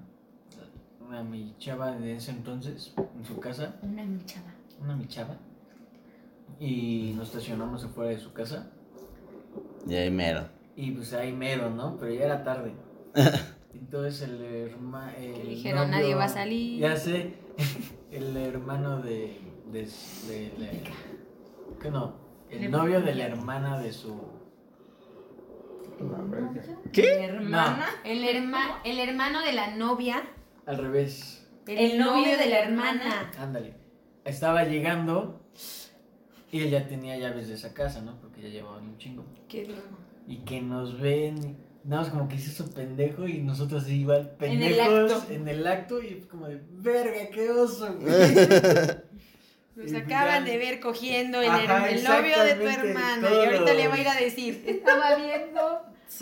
A mi chava de ese entonces, en su casa. Una muchada. Una mi chava. Y nos estacionamos afuera de su casa. Y ahí mero. Y pues ahí mero, ¿no? Pero ya era tarde. Entonces el hermano. Le dijeron, "Nadie va a salir". Ya sé. El hermano de. de, de la- ¿Qué no? El Le- novio de la hermana de su. La verga. ¿Qué? Hermana. El, herma- el hermano de la novia, Al revés. el, novio de la hermana. Ándale. Estaba llegando. Y él ya tenía llaves de esa casa, ¿no? Porque ya llevaban un chingo. Qué loco. Y que nos ven. y Nada más como que hizo su pendejo y nosotros sí igual En el pendejos acto. en el acto y como de verga, qué oso. güey". Nos Y acaban ya- de ver cogiendo el, Ajá, el novio de tu exactamente, hermana. Y todos. ahorita le va a ir a decir: Estaba viendo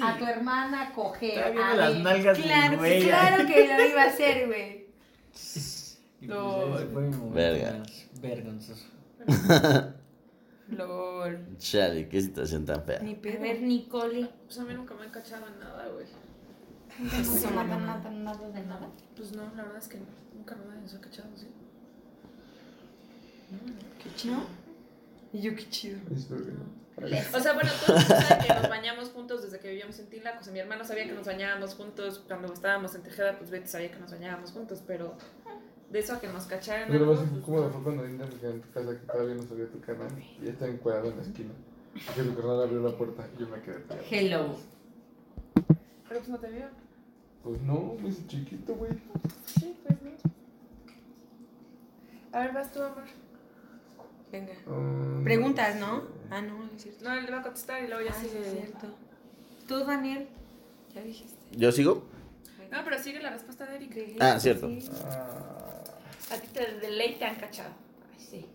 a tu hermana coger. Estaba viendo Ah, a las mí". nalgas de mi claro, güey. claro que lo iba a hacer, güey. Y pues, ese fue mi momento Verga. más vergonzoso. Lol. Chale, qué situación tan fea. Ni A pedo. ver, Nicole. Pues a mí nunca me han cachado en nada, güey. Eso, nada, mamá. nada, nada de nada. Pues no, la verdad es que nunca me han cachado, ¿sí? Qué chido. Y yo, qué chido. Es verga. O sea, bueno, todos saben que nos bañamos juntos desde que vivíamos en Tila. pues, mi hermano sabía que nos bañábamos juntos. Cuando estábamos en Tejeda, pues Betty sabía que nos bañábamos juntos. Pero de eso a que nos cacharan. Pero lo más pues, incómodo fue cuando Linda me quedó en tu casa que todavía no sabía tu canal y ya estaba encuadrado en la esquina. Que tu carnal abrió la puerta y yo me quedé pegado. Hello. Pero pues no te vio. Pues no, me hice chiquito, güey. Sí, pues no. A ver, vas tú, amor. Venga. Mm. Ah, Preguntas, ¿no? sé. Ah, no, no es cierto. No, él le va a contestar y luego ya Ah, sí, sigue. es cierto. Tú, Daniel. Ya dijiste. ¿Yo sigo? No, pero sigue la respuesta de Eric. Ah, cierto. Ah, A ti te de ley te han cachado. Ay,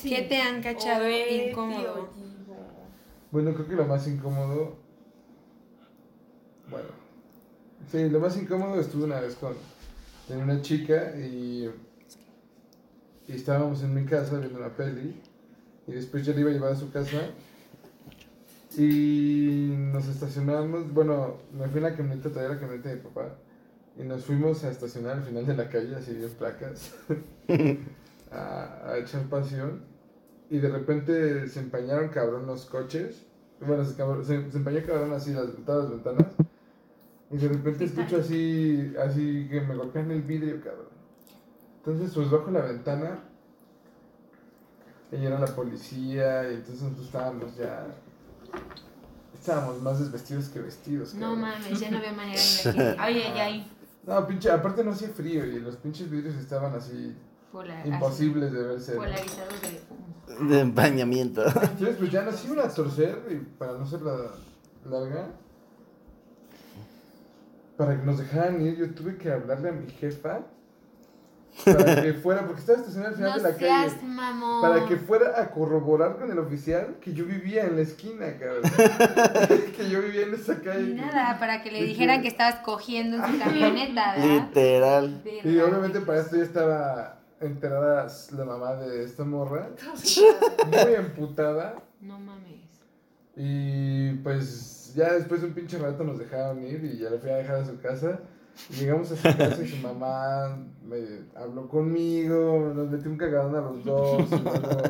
sí. ¿Qué te han cachado Oye, incómodo? tío, digo. Bueno, creo que lo más incómodo. Bueno. Sí, lo más incómodo estuve una vez con en una chica y, y estábamos en mi casa viendo una peli y después yo le iba a llevar a su casa y nos estacionamos, bueno, me fui en la camioneta, todavía la camioneta de mi papá y nos fuimos a estacionar al final de la calle, así bien placas, a, a echar pasión y de repente se empañaron cabrón los coches. Bueno, se, cabr- se, se empañó cabrón así las, todas las ventanas. Y de repente escucho así, así que me golpean el vidrio, cabrón. Entonces, pues bajo la ventana. Y era la policía, y entonces nosotros estábamos ya. Estábamos más desvestidos que vestidos, No cabrón. mames, ya no había manera de que Ay, ay, ay. No, pinche, aparte no hacía frío y los pinches vidrios estaban así pola- imposibles de verse. así, polarizado de. De empañamiento. Entonces, pues ya nos iban a torcer y para no ser la larga. Para que nos dejaran ir, yo tuve que hablarle a mi jefa para que fuera, porque estaba estacionada al final No de la seas calle. mamón. Para que fuera a corroborar con el oficial que yo vivía en la esquina, cabrón. que yo vivía en esa calle. Ni nada, para que le de dijeran que- que estabas cogiendo en su camioneta, ¿verdad? Literal. Y obviamente para esto ya estaba enterada la mamá de esta morra, muy emputada. No mames. Y pues ya después de un pinche rato nos dejaron ir y ya la fui a dejar a su casa. Llegamos a su casa y su mamá me habló conmigo, nos metió un cagadón a los dos. y luego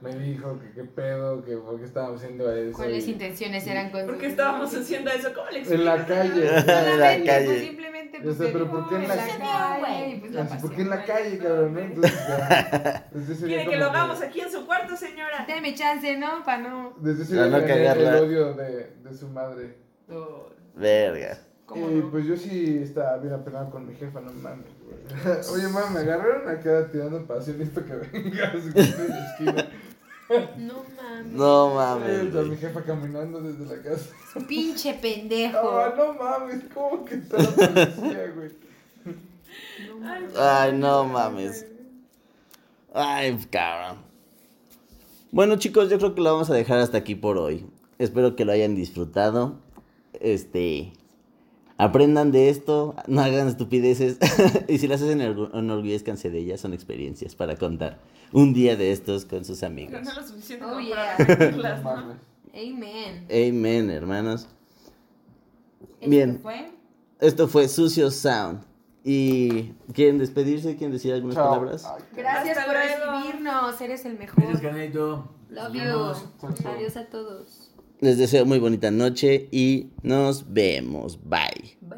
me dijo que qué pedo, que por qué estábamos haciendo eso. ¿Cuáles y- intenciones eran con Porque estábamos haciendo eso. ¿Cómo le En la explicas? calle. En la Solamente, pues, calle. simplemente, Yo pues, sé, te pero digo, ¿por qué en la calle? calle? Y, pues, la Así, ¿Por qué en la pasión. calle, cabrón? no? Entonces, ya, desde ese día Quiere que como lo que- hagamos aquí en su cuarto, señora. Dame chance, ¿no? Para no... Desde ese Para día no gané el cagarla. odio de, de su madre. Verga. ¿Cómo y no? pues yo sí estaba bien apenado con mi jefa, no mames, güey. Oye, mamá, me agarraron acá tirando pasión, listo que vengas, güey, en la esquina. No mames. No Ah, mames. Está mi güey. jefa caminando desde la casa. Pinche Ah, pendejo. no mames, ¿cómo que está la policía, güey? Ay, no mames. Ay, cabrón. Bueno, chicos, yo creo que lo vamos a dejar hasta aquí por hoy. Espero que lo hayan disfrutado. Este. Aprendan de esto, no hagan estupideces. y si las hacen, enorgu- enorgullezcanse de ellas. Son experiencias para contar un día de estos con sus Pero amigos. no lo suficiente Oh, como yeah. para repetirlas, No ¿no? mames. Eh, Amen. Amen, hermanos. ¿Esto Bien. fue? Esto fue Sucio Sound. ¿Y quieren despedirse? ¿Quieren decir algunas Chao. palabras? Ay, qué- Gracias Hasta por luego. recibirnos. Eres el Gracias, mejor. carnalito. Love Nos vemos. Chao, you. chao. Adiós a todos. Les deseo muy bonita noche y nos vemos. Bye. Bye.